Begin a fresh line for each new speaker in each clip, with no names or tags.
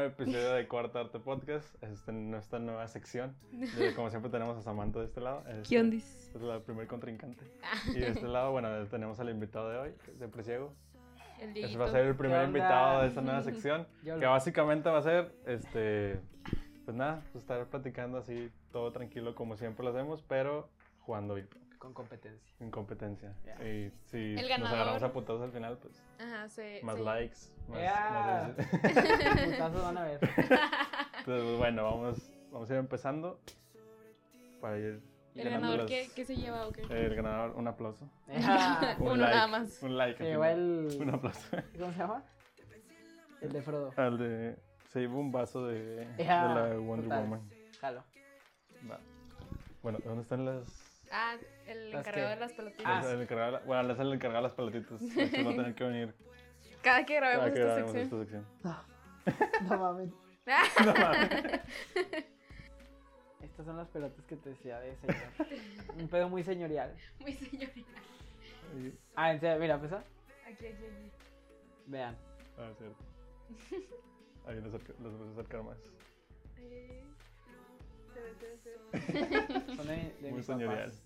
de Cuarta Arte Podcast, es nuestra nueva sección. Yo, como siempre tenemos a Samantha de este lado. Es,
¿Qué ondis?
Es la primer contrincante.
Ah.
Y de este lado, bueno, tenemos al invitado de hoy, de Preciego.
El
Ese
Dieguito.
va a ser el primer
onda?
invitado de esta nueva sección,
Yo
que
lo-
básicamente va a ser, este, pues nada, pues estar platicando así todo tranquilo como siempre lo hacemos, pero jugando bien,
Con competencia.
en competencia.
Ya.
Y si
El
nos
ganador.
agarramos a putados al final, pues
Ajá, se.
más
se-
likes, más,
Ya.
más veces.
Putazos van a ver.
Entonces, pues, bueno, vamos, vamos a ir empezando para ir
El
llenando las-
ganador que, que se lleva, ¿o qué?
El ganador, un aplauso.
Ya.
Uno
like,
nada más.
Un like.
Se
al
llevó
final.
el.
Un aplauso.
¿Cómo se llama? El de Frodo.
Al de... Se llevó un vaso de,
Ya,
de la Wonder
total.
Woman.
Jalo.
Va. Bueno, ¿dónde están las...?
Ah, el
Las
encargado
que-
de las pelotitas.
Ah.
las- el encargado- bueno, las han encargado las paletitas. De hecho, va a tener que venir.
Cada que grabemos
para que
esta
grabemos
sección.
esta sección.
Ah.
No mames.
No mames.
Estas son las pelotas que te decía de señor. Un pedo muy señorial.
Muy señorita.
Y-
Ah, en serio, mira, pesa.
Aquí, aquí, aquí.
Vean.
Ah, es cierto. Ahí nos acerca- los voy a acercar más.
Ay, ay,
Eh,
ay. Se ve, se ve, se ve.
Son de, de
Muy
mis
señorial.
papás.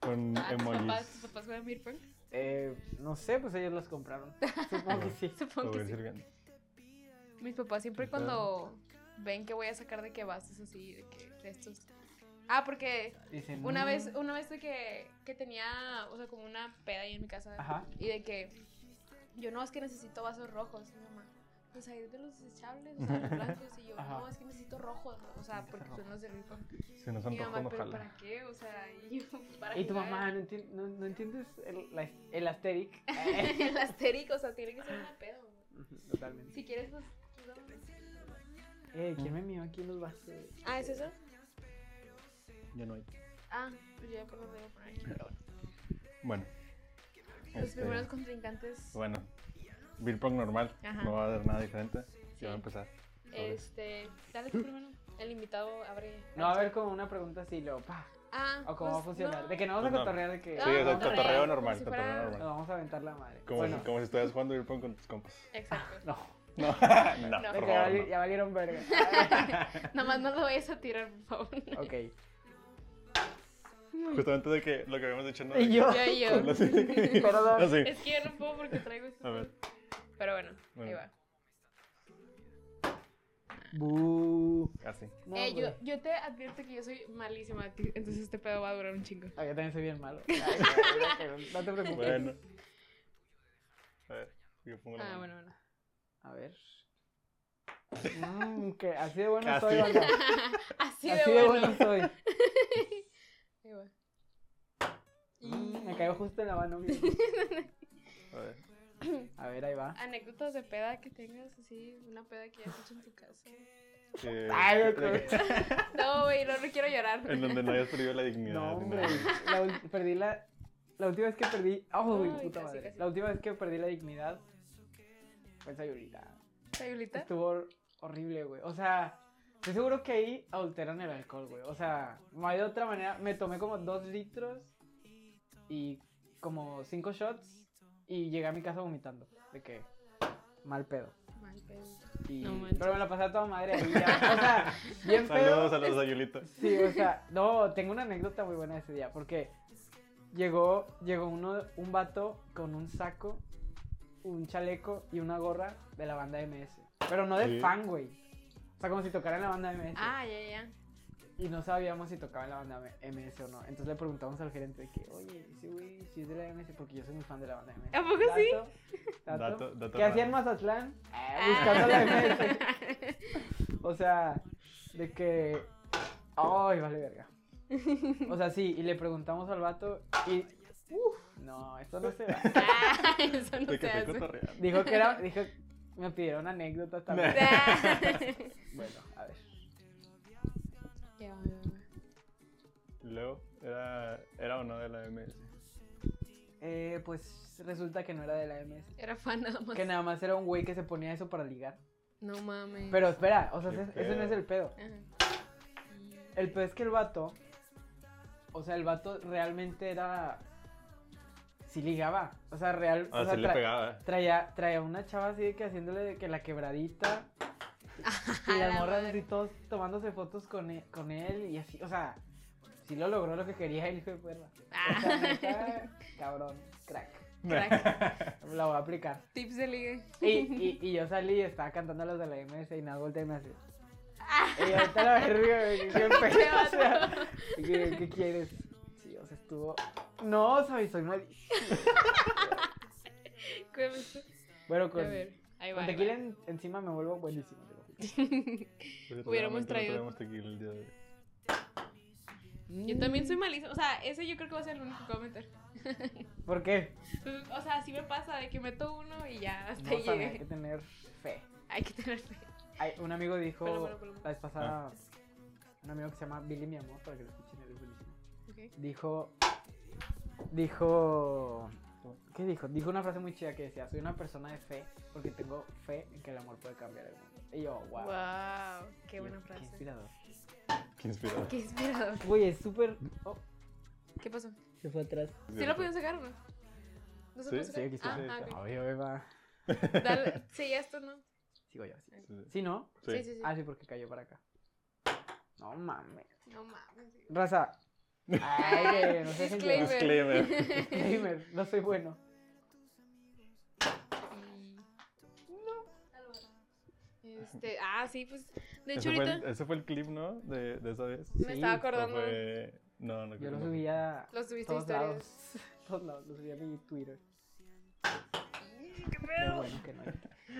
Con
Ah, ¿tus papás, ¿Tus
emojis.
papás juegan beer pong?
Eh, no sé, pues ellos las compraron. Supongo que sí.
Supongo que
Sobre
sí.
sirviendo.
Mis papás siempre
Claro.
cuando ven que voy a sacar de que bases así, de que de estos. Ah, porque
Dicen.
una
"Mm".
vez, una vez de que, que tenía, o sea, como una peda ahí en mi casa.
Ajá.
Y de que yo no es que necesito vasos rojos, mi mamá. Pues ahí de los desechables, o sea, los blancos. Y yo,
Ajá.
no, es que necesito rojos, o sea, porque son los de beer pong.
Si no son
Mi
rojos,
mamá,
no
pero
jala.
¿para qué? O sea, y yo, "Pues, para
Y tu
jugar".
mamá, ¿no, enti- no- no entiendes el, la- el asteric?
El asterico, o sea, tiene que ser una pedo. güey.
Ujú, Totalmente.
Si quieres, pues.
Eh, ¿quién me mió aquí en los vasos?
Ah, ¿es eso?
Ya no hay.
Ah, pues yo creo que lo debo poner aquí, pero bueno.
Bueno.
Los
Este,
primeros contrincantes.
Bueno. Beer pong normal.
Ajá.
No va a haber nada diferente.
Sí.
Ya va a empezar.
Este, dale tú primero. El invitado abre.
No, a ver, como una pregunta así, luego, pa.
Ah.
O cómo va a
pues,
funcionar.
no.
De que no vamos a
No.
cotorrear, de que.
Sí,
Sí, o sea,
cotorreo,
cotorreo
como
normal.
si fuera-
cotorreo
Nos
normal.
vamos a aventar la madre.
Como,
bueno,
si, como si estuvieras jugando beer pong con tus compas.
Exacto.
no.
No, no,
No.
de
por
que ya,
favor,
vali-
no.
ya valieron verga.
Nada más no lo vayas a tirar, por favor.
ok.
Justamente de que lo que habíamos dicho, ¿no?
Y
De
yo.
Yo,
que-
yo.
Habla así de que-
Perdón.
así.
Es que yo no puedo porque traigo esto.
A ver.
Pero bueno, ahí
Bueno.
va.
Buh.
Así.
No, pues,
eh, yo,
hombre.
yo te advierto que yo soy malísima, a ti, entonces este pedo va a durar un chingo.
Ah, yo también soy bien malo. Ay, ay, ay, no te preocupes.
Bueno. A ver, yo pongo la mano.
Ah, bueno, bueno.
A ver. Mm, que así de bueno
Casi.
soy, banda.
Así,
así de bueno soy.
Ahí va.
Mm, me cayó justo en la mano. mira.
A ver.
A ver, ahí va.
Anécdotas de peda que tengas, así, una peda que hayas hecho en tu casa.
que-
Ay,
de
loco.
que-
No, güey, no, no quiero llorar.
En donde no hayas perdido la dignidad.
No,
ni
hombre.
nada.
La ul- perdí la. La última vez que perdí. ¡Ah, uy,
Ay,
puta
casi,
madre!
casi.
La última vez que perdí la dignidad fue en Sayulita.
¿Sayulita?
Estuvo hor- horrible, güey. O sea, estoy seguro que ahí adulteran el alcohol, güey. O sea, no hay de otra manera. Me tomé como dos litros y como cinco shots y llegué a mi casa vomitando. De que mal pedo.
Mal pedo.
Y-
No manches.
pero me la pasé a toda madre ahí. ya. O sea, bien este pedo.
Saludos a los ayulitos.
Sí, o sea, no, tengo una anécdota muy buena de ese día, porque llegó, llegó uno, un vato con un saco, un chaleco y una gorra de la banda MS. Pero no de
Sí.
fan, güey. O sea, como si tocaran la banda MS.
Ah, ya, ya.
Y no sabíamos si tocaban la banda MS o no. Entonces le preguntamos al gerente de que, oye, ese güey, si es de la MS, porque yo soy muy fan de la banda MS.
¿A poco
sí?
Dato- dato
¿Qué hacía en
raro.
Mazatlán?
Ah.
Eh, buscando la MS. O sea, de que. ¡Ay, vale verga! O sea, sí, y le preguntamos al vato y. ¡Uf! No, esto no se va.
Ah, eso no
De que
se
estoy
hace.
cotorreando.
Dijo que era. Dijo. Me pidieron anécdotas también. Bueno, a ver.
Ya, va, ya va.
Y Luego, ¿era, ¿era o no de la MS?
Eh, pues resulta que no era de la MS.
Era fan nada más.
Que nada más era un güey que se ponía eso para ligar.
No mames.
Pero espera, o sea,
Qué
ese, ese no
pedo.
es el pedo.
Ajá.
El pedo es que el vato. O sea, el vato realmente era. Sí ligaba. O sea, real. o
Ah,
sea,
sí le
tra-
pegaba.
Traía, traía una chava así de que haciéndole de que la quebradita Y las
la
morras
madre.
así todos tomándose fotos con él, con él y así, o sea, sí lo logró lo que quería el hijo de perra. O sea, neta, cabrón, crack.
Crack.
La voy a aplicar.
Tips de ligue.
Y, y, y yo salí y estaba cantando los de la MS y nada, volteé y me hace. Y ahorita la verga, güey, qué pedo, o sea, ¿qué, qué quieres? Sí, o sea, estuvo. No, sabes, soy mal.
Cuéntame.
Bueno,
A
con,
ver, ahí va.
con
ahí
tequila
va.
en- encima me vuelvo buenísimo. te lo juro.
Hubiéramos traído-
No traemos tequila el día de hoy.
Yo también soy malísima. O sea, ese yo creo que va a ser el único que voy a meter.
¿Por qué?
O sea, sí me pasa de que meto uno y ya hasta
No,
ahí
sabe, hay
llegué.
que tener fe.
Hay que tener fe.
Ay, un amigo dijo
Pero, pero, pero.
la vez pasada, un amigo que se llama Billy Mi Amor, para que lo escuchen, él es buenísimo.
Ok.
Dijo, dijo, ¿qué dijo? Dijo una frase muy chida que decía, soy una persona de fe porque tengo fe en que el amor puede cambiar el mundo. Y yo, wow.
Wow. qué buena
Qué
frase.
inspirador.
Qué inspirador.
Qué inspirador.
Güey, es súper... Oh,
¿Qué pasó?
se fue atrás.
¿Sí lo pudieron sacar o no? ¿No
Sí,
se puede
sí,
sacar?
aquí está.
Ah, ah, ok.
Oye, oye, va.
Dale, sí, esto no.
Sigo yo. Sí.
Sí, sí.
¿Sí, no?
Sí, sí, sí.
Ah, sí, porque cayó para acá. No mames.
No mames.
Raza. Ay, güey, no sé si
Disclaimer.
Disclaimer.
Disclaimer, no soy bueno.
Y- No. Este, ah, sí, pues. De hecho,
Ese fue,
ahorita
el, ese fue el clip, ¿no? De, de esa vez.
me estaba acordando.
¿O fue- No, no
Yo
creo
lo
que no.
subí a
Lo subiste a
todos
historias.
lados. Todos lados, lo subí a mi Twitter.
Sí, qué
Qué
pedo.
bueno que no.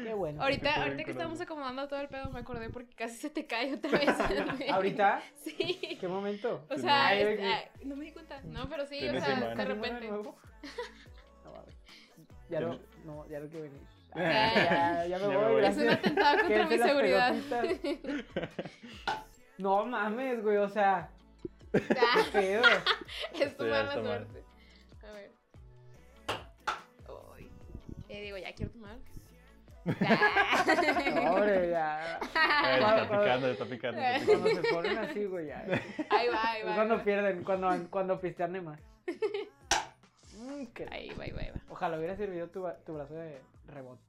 Qué bueno.
Qué pedo
Ahorita, ahorita que
vinculado.
estábamos acomodando todo el pedo, me acordé porque casi se te cae otra vez.
¿Ahorita?
Sí.
¿Qué momento?
O
Sí, no.
sea, es-
Ay, güey.
ah, no me di cuenta. No, pero sí, o
Tiene
sea,
semana.
de
Bueno.
¿Uno
repente.
nuevo? No, a ver. Ya no, no, ya no quiero venir. Ay, ya, ya
Ya
me
me
voy,
voy.
Es un
gracias.
atentado contra
Quédense
mi
las
seguridad.
pegotitas. No mames, güey, o sea,
Ah,
pedo.
Es tu
Sí,
mala
está mal.
suerte. A ver. Ay. Eh, digo, ya quiero tomar.
No, hombre, ya.
Eh,
Ah,
está
Cuando-
picando, está picando. está
Cuando
picando.
se ponen así, güey, ya.
Ahí va, ahí va.
Es
ahí
cuando
va.
pierden, cuando, cuando pistean de más. Mm, qué-
Ahí va, ahí va, ahí va.
Ojalá hubiera servido tu, ba- tu brazo de rebote.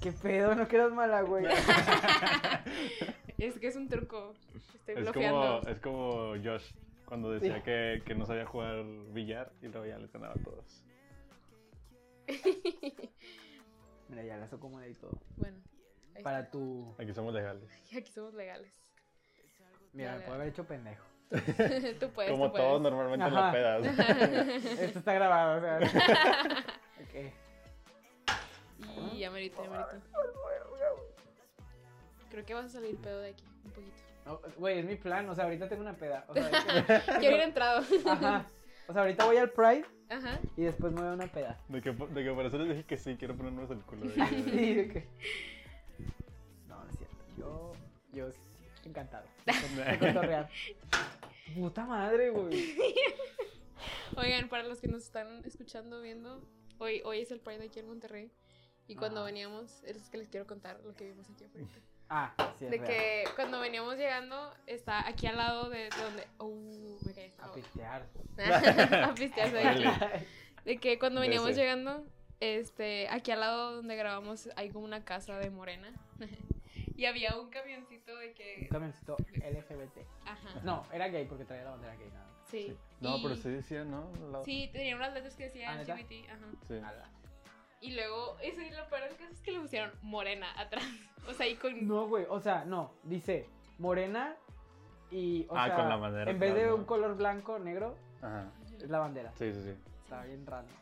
¿Qué pedo? No quedas mala, güey.
Es que es un truco. Estoy
Es
bloqueando.
como, es como Josh cuando decía
Sí.
que, que no sabía jugar billar y luego ya les ganaba a todos.
Mira, ya la como de todo.
bueno. ahí
Para
está.
tu.
Aquí somos legales.
Aquí somos legales.
Mira,
Dale,
me puedo haber hecho pendejo.
tú puedes,
Como
tú puedes.
todos normalmente en las
Ajá.
pedas.
Esto está grabado, o sea. ok.
Y ya merito, ya merito. Creo que vas a salir pedo de aquí, un poquito.
No, Güey, es mi plan. O sea, ahorita tengo una peda. O sea, es
Quiero ir entrado.
que- Ajá. O sea, ahorita voy al Pride
Ajá.
y después me voy a una peda.
De que, de que por eso les dije que sí, quiero ponernos el culo.
Sí,
de-
de que- No, no es cierto. Yo. Yo encantado. de cotorrear. Puta madre, güey.
Oigan, para los que nos están escuchando, viendo, hoy, hoy es el Pride aquí en Monterrey. Y cuando
Ah.
veníamos, es que les quiero contar lo que vimos aquí afuera.
Ah, sí, es
De
real.
que cuando veníamos llegando, está aquí al lado de, de donde. Uh, me caí esta
A
boca.
pistear.
A pistearse de aquí.
Órale.
De que cuando
De
veníamos
ese.
llegando, este, aquí al lado donde grabamos hay como una casa de morena. y había un camioncito de
Un
que.
camioncito LGBT.
Ajá.
No, era gay porque traía la bandera gay. nada más.
Sí.
No,
Y-
pero sí decía, ¿no? La-
Sí, tenía unas letras que
¿Ah,
decían
neta?
LGBT. Ajá.
Sí.
Nada.
Y luego, eso es lo peor del caso es que le pusieron morena atrás. O sea, y con.
No, güey, o sea, no. Dice morena y. O
Ah,
sea,
con la bandera,
En vez
claro,
de
no.
un color blanco, negro,
Ajá.
es la bandera.
Sí, sí, sí.
Está bien random.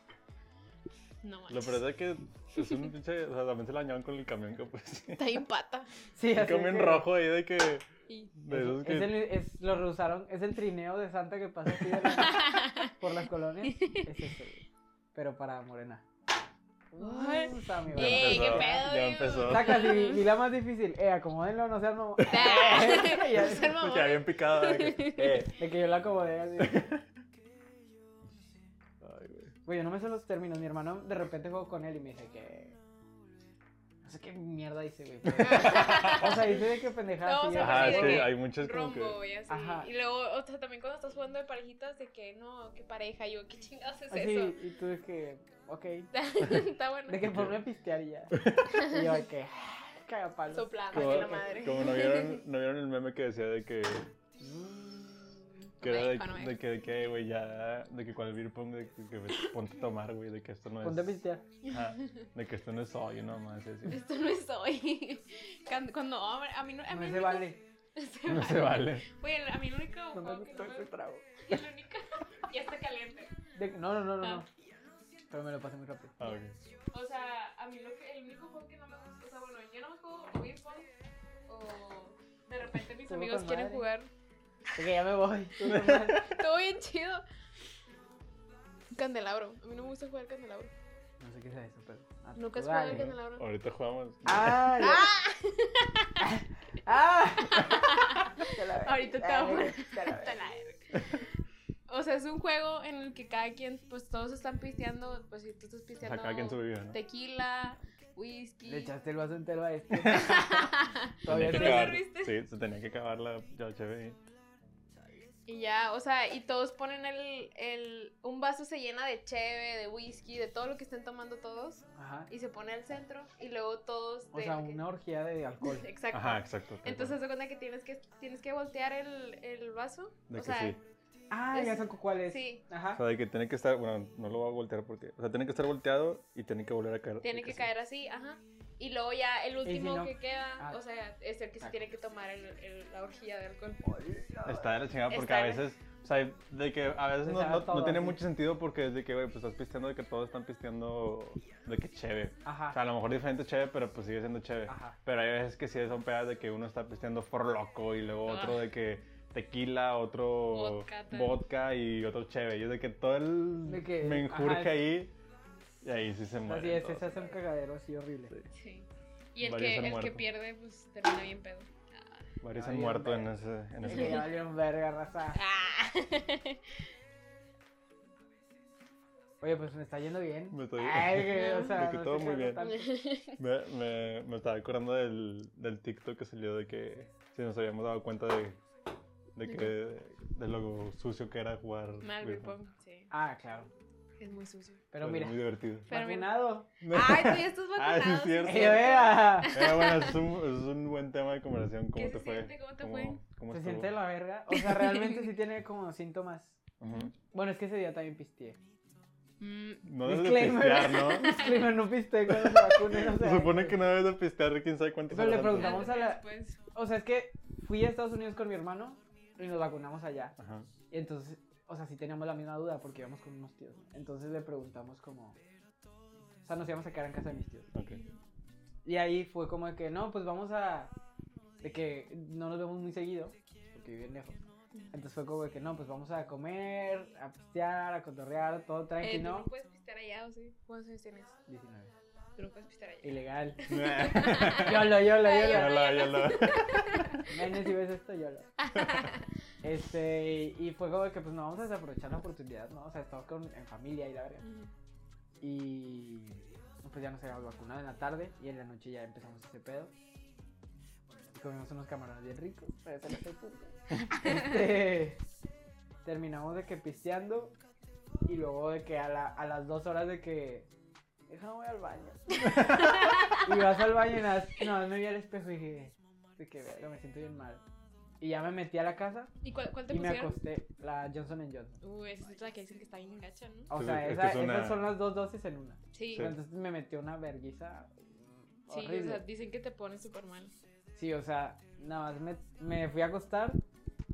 No
Lo
manches.
peor es que es un pinche. O sea, también se la ñaban con el camión que pusieron.
Está ahí en pata.
Sí,
El
así
camión
que-
rojo ahí de que.
Y.
De esos
Es,
que.
es el, es- lo reusaron, es el trineo de Santa que pasa así de la- por las colonias. Es ese, güey. Pero para Morena.
What?
Uh, está mi
Ya
barba.
¡Ey, qué
empezó,
pedo!
ya
digo.
empezó.
Sacas y, y la más difícil. Eh, acomódenlo, no sean no.
No sean
que
mamones.
pues, ya bien picado. de que, eh.
De que yo la acomodé así.
Ay, güey.
Güey, yo no me sé los términos. Mi hermano de repente juego con él y me dice que. No sé qué mierda dice, güey. pero- o sea, dice de que pendejada.
No,
sí,
o sea,
ya-
Ajá,
así de
sí,
que-
hay muchas como que.
Rombo y así.
Ajá.
Y luego, o sea, también cuando estás jugando de parejitas, de que no, qué pareja, yo, qué chingados es
Así,
eso.
y tú de que. ok.
Está bueno.
De que ponme a pistear y ya. Y yo, de que. "Ah, Caga palos.
Soplando,
Como,
que la madre.
como no, vieron, no vieron el meme que decía de que.
"Mm,
Que era de,
Bueno, bueno.
de que, de que, güey, ya. De que cual beer pong, de que, que ponte a tomar, güey, de que esto no
Ponte a
es.
pistear.
Ajá, de que esto no es hoy, no más. así.
Esto no es hoy. Cuando, cuando- hombre, a mí no. A mí
No
el
se
único-
vale.
no se
No se vale.
Oye, a mí el único
No me
juego que
gustó
no me
ese trago.
y el único. ya está caliente.
De- No, no, no, no, no.
Ah.
Pero me lo pasé muy rápido.
Ah, ok.
O sea, a mí lo que, el único juego que no me gusta. O sea, bueno, yo no me juego o beer pong o. De repente mis
Estuvo
amigos
con
quieren
madre.
jugar.
De que ya me voy. normal.
Todo bien chido. Candelabro. A mí no me gusta jugar candelabro.
No sé qué sea eso, pero. ah,
Nunca has
pues
jugado al
dale.
candelabro.
Ahorita jugamos.
¡Ah! ya. ¡Ah! Te la ve-
Ahorita te vamos.
te la
Hasta
ve.
la verga. O sea, es un juego en el que cada quien, pues todos están pisteando, pues si tú estás
O
pisteando
sea, cada quien su bebida, ¿no?
tequila, whisky.
Le echaste el vaso entero a este.
Tenía
Todavía
que
no
no.
lo
acabar-
serviste.
Sí, se tenía que acabar la ya, chévere.
Y ya, o sea, y todos ponen el, el un vaso se llena de cheve, de whisky, de todo lo que estén tomando todos
Ajá.
y se pone al centro y luego todos
O
de-
sea, una orgía de alcohol.
Exacto.
Ajá, exacto. tal cual.
Entonces se cuenta que tienes que tienes que voltear el, el vaso.
De
o
que
sea,
sí.
Ah,
Es-
ya saco cuál es.
sí.
O sea,
Ajá.
de que tiene que estar, bueno, no lo voy a voltear porque, o sea, tiene que estar volteado y tiene que volver a caer.
Tiene que caer así, ajá. Y luego ya el
si
último
no?
que queda,
Ah.
o sea, es el que se
Ah.
tiene que tomar el, el- la orgía de alcohol.
Está de la chingada porque
Está
a
de-
veces, o sea, de que a veces no,
Está
no- no
todo
tiene
así.
mucho sentido porque es de que, güey, pues estás pisteando de que todos están pisteando de que cheve. O sea, a
Ajá.
lo mejor diferente cheve, pero pues sigue siendo cheve.
Ajá.
Pero hay veces que sí son pedas de que uno está pisteando for loco y luego otro
Ah.
de que tequila, otro
Vodka, tal.
vodka y otro cheve. Y es de que todo el
De que-
menjurje
ajá.
ahí y ahí sí se muere.
Así es, se hace un cagadero así horrible.
Sí. Y el,
Varios
que,
han
el que
muerto.
pierde, pues termina bien pedo.
Varios
Ay,
han muerto en
hombre.
ese, en
Es
ese
que ya valió un verga, raza.
Ah.
Oye, pues me está yendo bien.
Me está yendo-
Ay, que, o
De
sea,
que
no
todo
sé
muy
qué
bien.
tanto.
Me, me, me estaba acordando del, del TikTok que salió de que si nos habíamos dado cuenta de, de que de lo sucio que era jugar
Mal
beer
beer
pong.
pong, sí.
Ah, claro.
Es muy sucio.
Pero mira,
muy divertido.
Pero mira.
vacunado.
Ay, tú ya estás
Ah,
vacunado.
sí es cierto.
Ey, vea.
Eh, bueno, es un, es un buen tema de conversación. ¿Cómo
¿Qué
te
se
fue?
siente? ¿Cómo te
¿Cómo, cómo
Se
estuvo?
siente la verga. O sea, realmente sí tiene como síntomas.
Ujú.
Bueno, es que ese día también pisteé.
Mm,
No debes de
Disclaimer.
pistear, ¿no?
Disclaimer, no pisteé cuando se vacune. O sea,
Se supone que no debes de pistear quién sabe cuántos
Pero le
horas antes.
preguntamos- a la-
después.
O sea, es que fui a Estados Unidos con mi hermano y nos vacunamos allá.
Ajá.
Y entonces, o sea, sí teníamos la misma duda porque íbamos con unos tíos. Entonces le preguntamos como... O sea, nos íbamos a quedar en casa de mis tíos.
Ok.
Y ahí fue como de que, no, pues vamos a... De que no nos vemos muy seguido, porque viven lejos. Entonces fue como de que, no, pues vamos a comer, a pistear, a cotorrear, todo
Eh, ¿tú no
tranquilo.
puedes pistear allá o sí? ¿Cuántos años tienes?
19.
Tú no puedes pistear allá.
Ilegal.
Yo
Yolo, yolo,
Ay,
yolo.
lo, yo lo.
Nene, si ves esto, yolo. Este, y fue como de que, pues, no, vamos a desaprovechar la oportunidad, ¿no? O sea, estamos con, en familia y la verga.
Ujú.
Y pues ya nos habíamos vacunado en la tarde y en la noche ya empezamos ese pedo. Y comimos unos camarones bien ricos, pero eso no fue el punto. Este, terminamos de que pisteando y luego de que a, la- a las dos horas de que... Déjame voy al baño. y vas al baño y nada, más- nada más me vi al espejo y dije, de que verga, me siento bien mal. Y ya me metí a la casa
¿Y cuál, cuál te
y me
pusieron?
acosté la Johnson Johnson.
Uy, esa es la que dicen que está bien gacha, ¿no?
O
Entonces,
sea,
es que
esa-
es una-
esas son las dos dosis en una.
Sí,
Sí.
sí,
Entonces me metió una verguiza mm,
o sea,
horrible.
dicen que te pones súper mal.
Sí, o sea, nada más me, me fui a acostar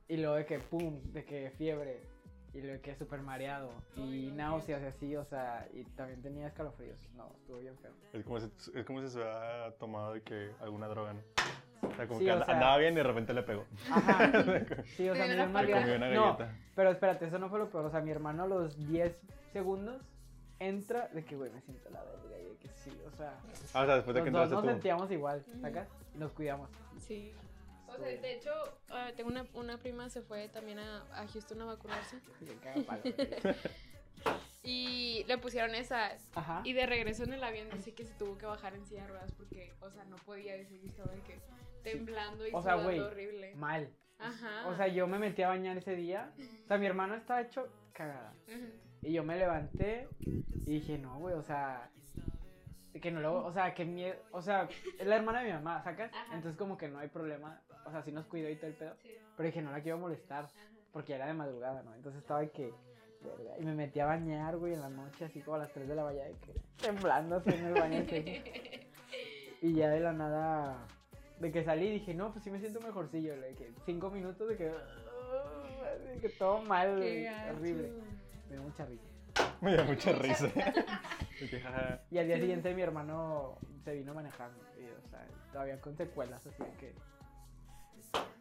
y luego de que pum, de que fiebre y luego de que súper mareado
Ay,
y
no,
náuseas y así, o sea, y también tenía escalofríos. No, estuvo bien feo.
Es como, si, es como si se hubiera tomado de que alguna droga, ¿no? O sea, como
Sí,
que
o
and-
sea-
andaba bien y de repente le pegó.
Ajá. Sí, o
Te
sea,
dio una
me dio un
Le
mal
Oiga,
comió
viaje.
una
No,
galleta.
pero espérate, eso no fue lo peor. O sea, mi hermano a los 10 segundos entra de que, güey, me siento la verga y de que sí, o sea,
Ah, o sea, después de que
los dos
entraste
nos
tú.
sentíamos igual,
Ujú.
¿sacas? Y nos cuidamos.
Sí. O sea,
Estuvo bien.
de hecho, ah, tengo una, una prima se fue también a, a Houston a vacunarse
Se caga palo, güey.
y le pusieron esa.
Ajá.
Y de regreso en el avión dice que se tuvo que bajar en silla de ruedas porque, o sea, no podía decir que estaba de que temblando y
O sea,
sudando
güey. Mm.
horrible.
Mal.
Ajá. Ah.
O sea, yo me metí a bañar ese día. O sea, mi hermano estaba hecho cagada.
Ujú.
Y yo me levanté y dije, no, güey, o sea, que no lo, o sea, que miedo, o sea, es la hermana de mi mamá, ¿sacas?
Ajá.
Entonces como que no hay problema, o sea, sí nos cuidó y todo el pedo,
Sí.
pero dije, no la quiero molestar, porque era de madrugada, ¿no? Entonces estaba de que, verga, y me metí a bañar, güey, en la noche, así como a las 3 de la mañana, de que temblando así en el baño, así. y ya de la nada, de que salí, dije, no, pues sí me siento mejorcillo, de que 5 minutos de que, de que todo mal, güey,
Qué gacho.
horrible, me dio mucha risa.
Me da mucha risa. "Ah, De que, jaja.
Y al día siguiente mi hermano se vino manejando. Y, o sea, todavía con secuelas, así de que.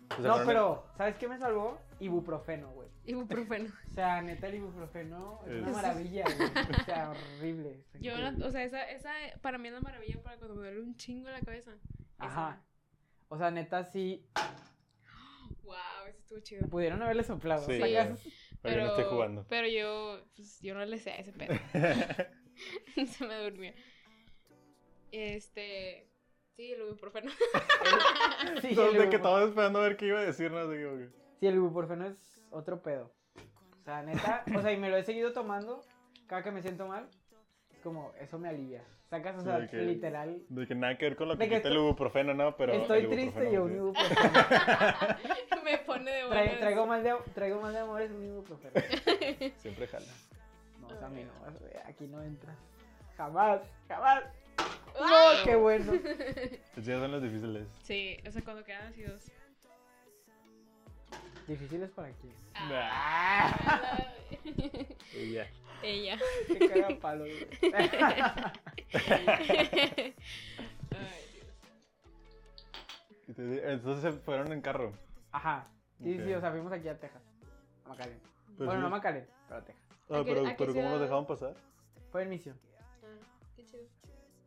Pues
No,
hablaron-
pero, ¿sabes qué me salvó? Ibuprofeno, güey.
Ibuprofeno.
O sea, neta, el ibuprofeno es una
Es-
maravilla, güey. O sea, horrible. O sea,
Yo,
que-
la- o sea, esa, esa para mí es la maravilla para cuando me duele un chingo la cabeza.
Ajá. O sea, neta, sí.
Wow, eso estuvo chido.
Pudieron haberle soplado.
Sí,
¿sacas?
pero yo no estoy jugando.
Pero yo, pues, yo no le sé a ese pedo. Se me durmió. Este. Sí, el ibuprofeno.
Sí,
No, de
el
que
ibuprofeno-
estaba esperando a ver qué iba a decir, no sé qué. güey.
sí, el ibuprofeno es otro pedo. O sea, neta. O sea, y me lo he seguido tomando cada que me siento mal. Es como, eso me alivia. Sacas, o
Sí,
sea,
de que-
literal.
De que nada que ver con lo
De
que
que
quita el
estoy-
ibuprofeno, ¿no? Pero
Estoy
el
triste
ibuprofeno,
y un
sí.
ibuprofeno.
me pone de
Tra-
buenas.
traigo, mal de, traigo mal de amores un ibuprofeno.
Siempre jala.
No, o sea, a mí no, aquí no entras. Jamás, jamás. No,
¡Ay!
qué bueno.
Los días son los difíciles.
Sí, o sea, cuando quedan así dos.
Difíciles para quién.
Ah.
Y ya.
Ella.
Qué caga palo, güey.
Ay,
Y te di- Entonces se fueron en carro.
Ajá. Sí, sí,
Ok.
o sea, fuimos aquí a Texas. A Macalén.
Pero
bueno,
Pues sí-
no a Macalén, pero a Texas.
Ah,
¿A qué-
pero,
a qué
pero ¿cómo
ciudad?
los dejaban pasar?
Fue en misión.
Ah, qué chido.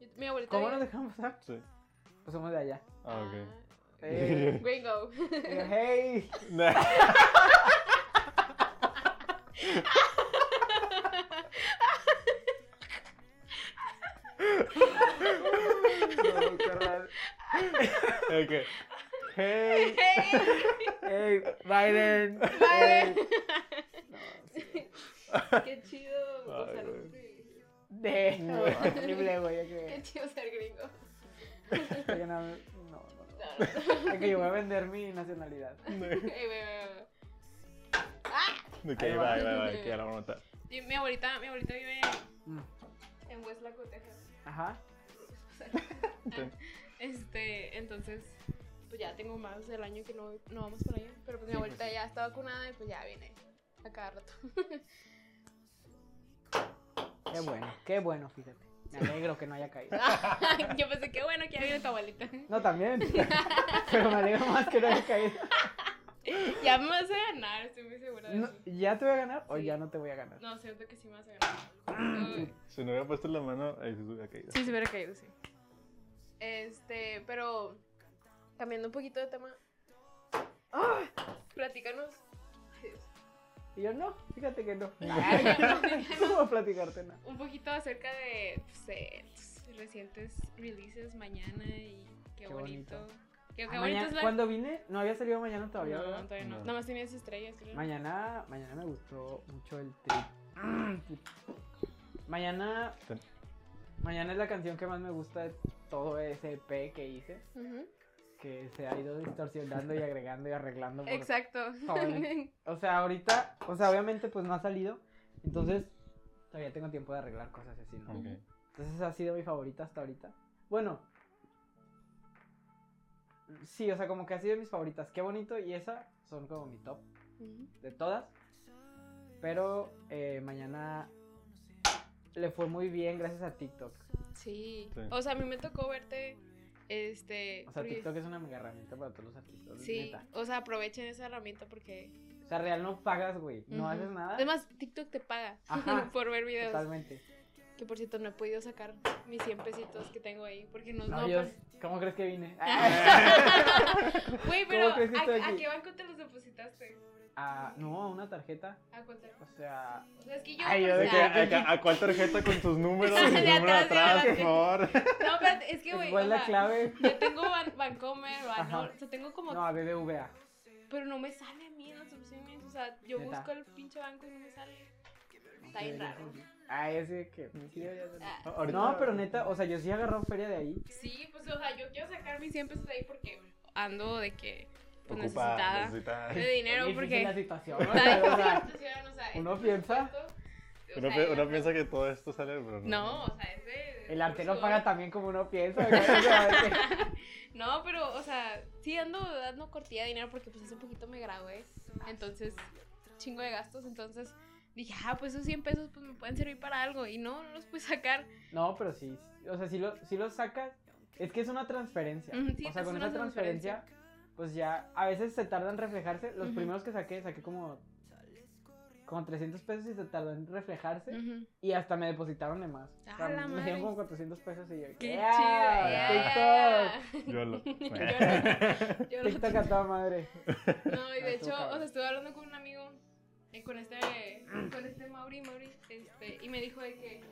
Yo- Mi abuelita.
¿Cómo
vive-
nos dejamos pasar?
Sí.
Pues somos de allá.
Ah, ok.
Ah,
Eh,
Gringo.
eh, hey. Ah. No, qué raro.
Ok. Hey.
Hey,
Biden.
Biden. Eh, Hey. No, sí.
Qué chido gozar
Ay,
un
güey.
privilegio.
De. Horrible, güey. hay
Qué
que-
chido ser gringo.
hay que No, no,
No,
no.
no, no.
Es que yo voy a vender mi nacionalidad.
Ey, ve, ve, ve.
Ok,
Ahí
bye,
va.
bye, bye. Que ya la vamos a notar.
Y Mi abuelita, mi abuelita vive
Mm,
en West Laco, Texas.
Ajá.
Este, entonces, pues ya tengo más del año que no, no vamos para allá. Pero pues mi
Sí,
abuelita
pues sí.
ya está vacunada y pues ya viene a cada rato.
Qué bueno, qué bueno, fíjate. Me alegro que no haya caído.
Yo pensé, qué bueno que ya viene tu abuelita.
No, también. Pero me alegro más que no haya caído.
Ya me vas a ganar, estoy muy segura de
No,
eso.
¿Ya te voy a ganar o
Sí.
ya no te voy a ganar?
No, siento que sí me vas a ganar. Uy.
Si no hubiera puesto la mano, ahí se hubiera caído.
Sí, se hubiera caído, sí. Este, pero cambiando un poquito de tema. ¡Ah! Platícanos. Ay, Dios.
Y yo no, fíjate que no. No voy a platicarte nada.
un poquito acerca de pues, eh, tus recientes releases mañana y qué,
Qué
bonito.
bonito.
Qué, qué
Ah,
bonito
mañana-
es la...
Cuando vine, no había salido mañana
No,
todavía. ¿verdad?
todavía no.
No.
Nada más tenía esas estrellas, creo.
Mañana, mañana me gustó mucho el trip. Mm, Mañana,
Ten.
mañana es la canción que más me gusta de todo ese EP que hice.
Ujú.
que se ha ido distorsionando y agregando y arreglando. por-
Exacto.
favor. O sea, ahorita, o sea, obviamente pues no ha salido, entonces todavía tengo tiempo de arreglar cosas y así, ¿no?
Ok.
Entonces esa ha sido mi favorita hasta ahorita. Bueno, sí, o sea, como que ha sido mis favoritas. Qué bonito y esa son como mi top
Ujú.
de todas. Pero eh, mañana le fue muy bien gracias a TikTok.
sí.
Sí.
O sea, a mí me tocó verte, este...
O sea,
porque-
TikTok es una mega herramienta para todos los artistas.
Sí,
neta.
o sea, aprovechen esa herramienta porque...
O sea, real no pagas, güey. No
Ujú.
haces nada.
Además, TikTok te paga
Ajá.
por ver videos.
Totalmente.
Que por cierto, no he podido sacar mis 100 pesitos que tengo ahí porque no...
No,
no
yo,
pas-
¿Cómo crees que vine?
Güey, pero ¿a,
crees que estoy
a
aquí?
qué banco te los depositaste?
Ah, no, una tarjeta.
¿A cuánto?
O sea,
O sea, es que yo.
Ay, yo
De
o
de
que,
sea,
¿a, a- a cuál tarjeta con tus números?
De
Tus números
atrás, de
atrás, por
adelante.
favor.
No, espérate, es que, güey.
¿cuál
o
es la
sea,
clave?
Yo tengo Ban- Bancomer, Banor,
Ajá.
o sea, tengo como.
No, a BBVA.
Pero no me sale a mí en las opciones. O sea, yo
Neta.
busco el pinche banco y no me sale.
No
Está bien raro.
Ay, así Ah, de que. sí deberías de-
Ah,
Ahorita-
No, pero neta, o sea, yo sí he agarrado feria de ahí.
sí, pues, o sea, yo quiero sacar mis 100 pesos de ahí porque ando de que pues,
Ocupa,
necesitada
necesitada.
de dinero
Difícil la
porque
situación. ¿no? O
está
sea, o
difícil la
sea,
situación, o sea, es
uno
un
piensa-
presupuesto, Eh, o
Uno,
sea,
pi-
es
uno
un
piensa que todo esto sale, pero no.
No, o sea, es de.
el arte no
sudor.
paga también como uno piensa. ¿no? O sea, de que-
No, pero, o sea, sí ando dando cortilla de dinero porque, pues, hace poquito me gradué. Entonces, chingo de gastos. Entonces, dije, ah, pues esos 100 pesos, pues, me pueden servir para algo. Y no, no los pude sacar.
No, pero sí. O sea, si lo, si lo sacas. Es que es una transferencia.
Ujú, sí,
o sea,
es
con
una
esa transferencia, pues ya a veces se tarda en reflejarse. Los
Ujú.
primeros que saqué, saqué como. Como 300 pesos y se tardó en reflejarse.
Ujú.
Y hasta me depositaron de más. O sea,
¡A la
me dieron
madre!
como 400 pesos y yo.
Qué
¡Yeah!
chido. ya,
TikTok.
ya, ya.
Yo lo.
Yo lo-
TikTok a toda madre.
No, y
Ah,
de
estuvo
hecho,
cabrón.
o sea, estuve hablando con un amigo, eh, con este, con este Mauri, Mauri, este, y me dijo de que,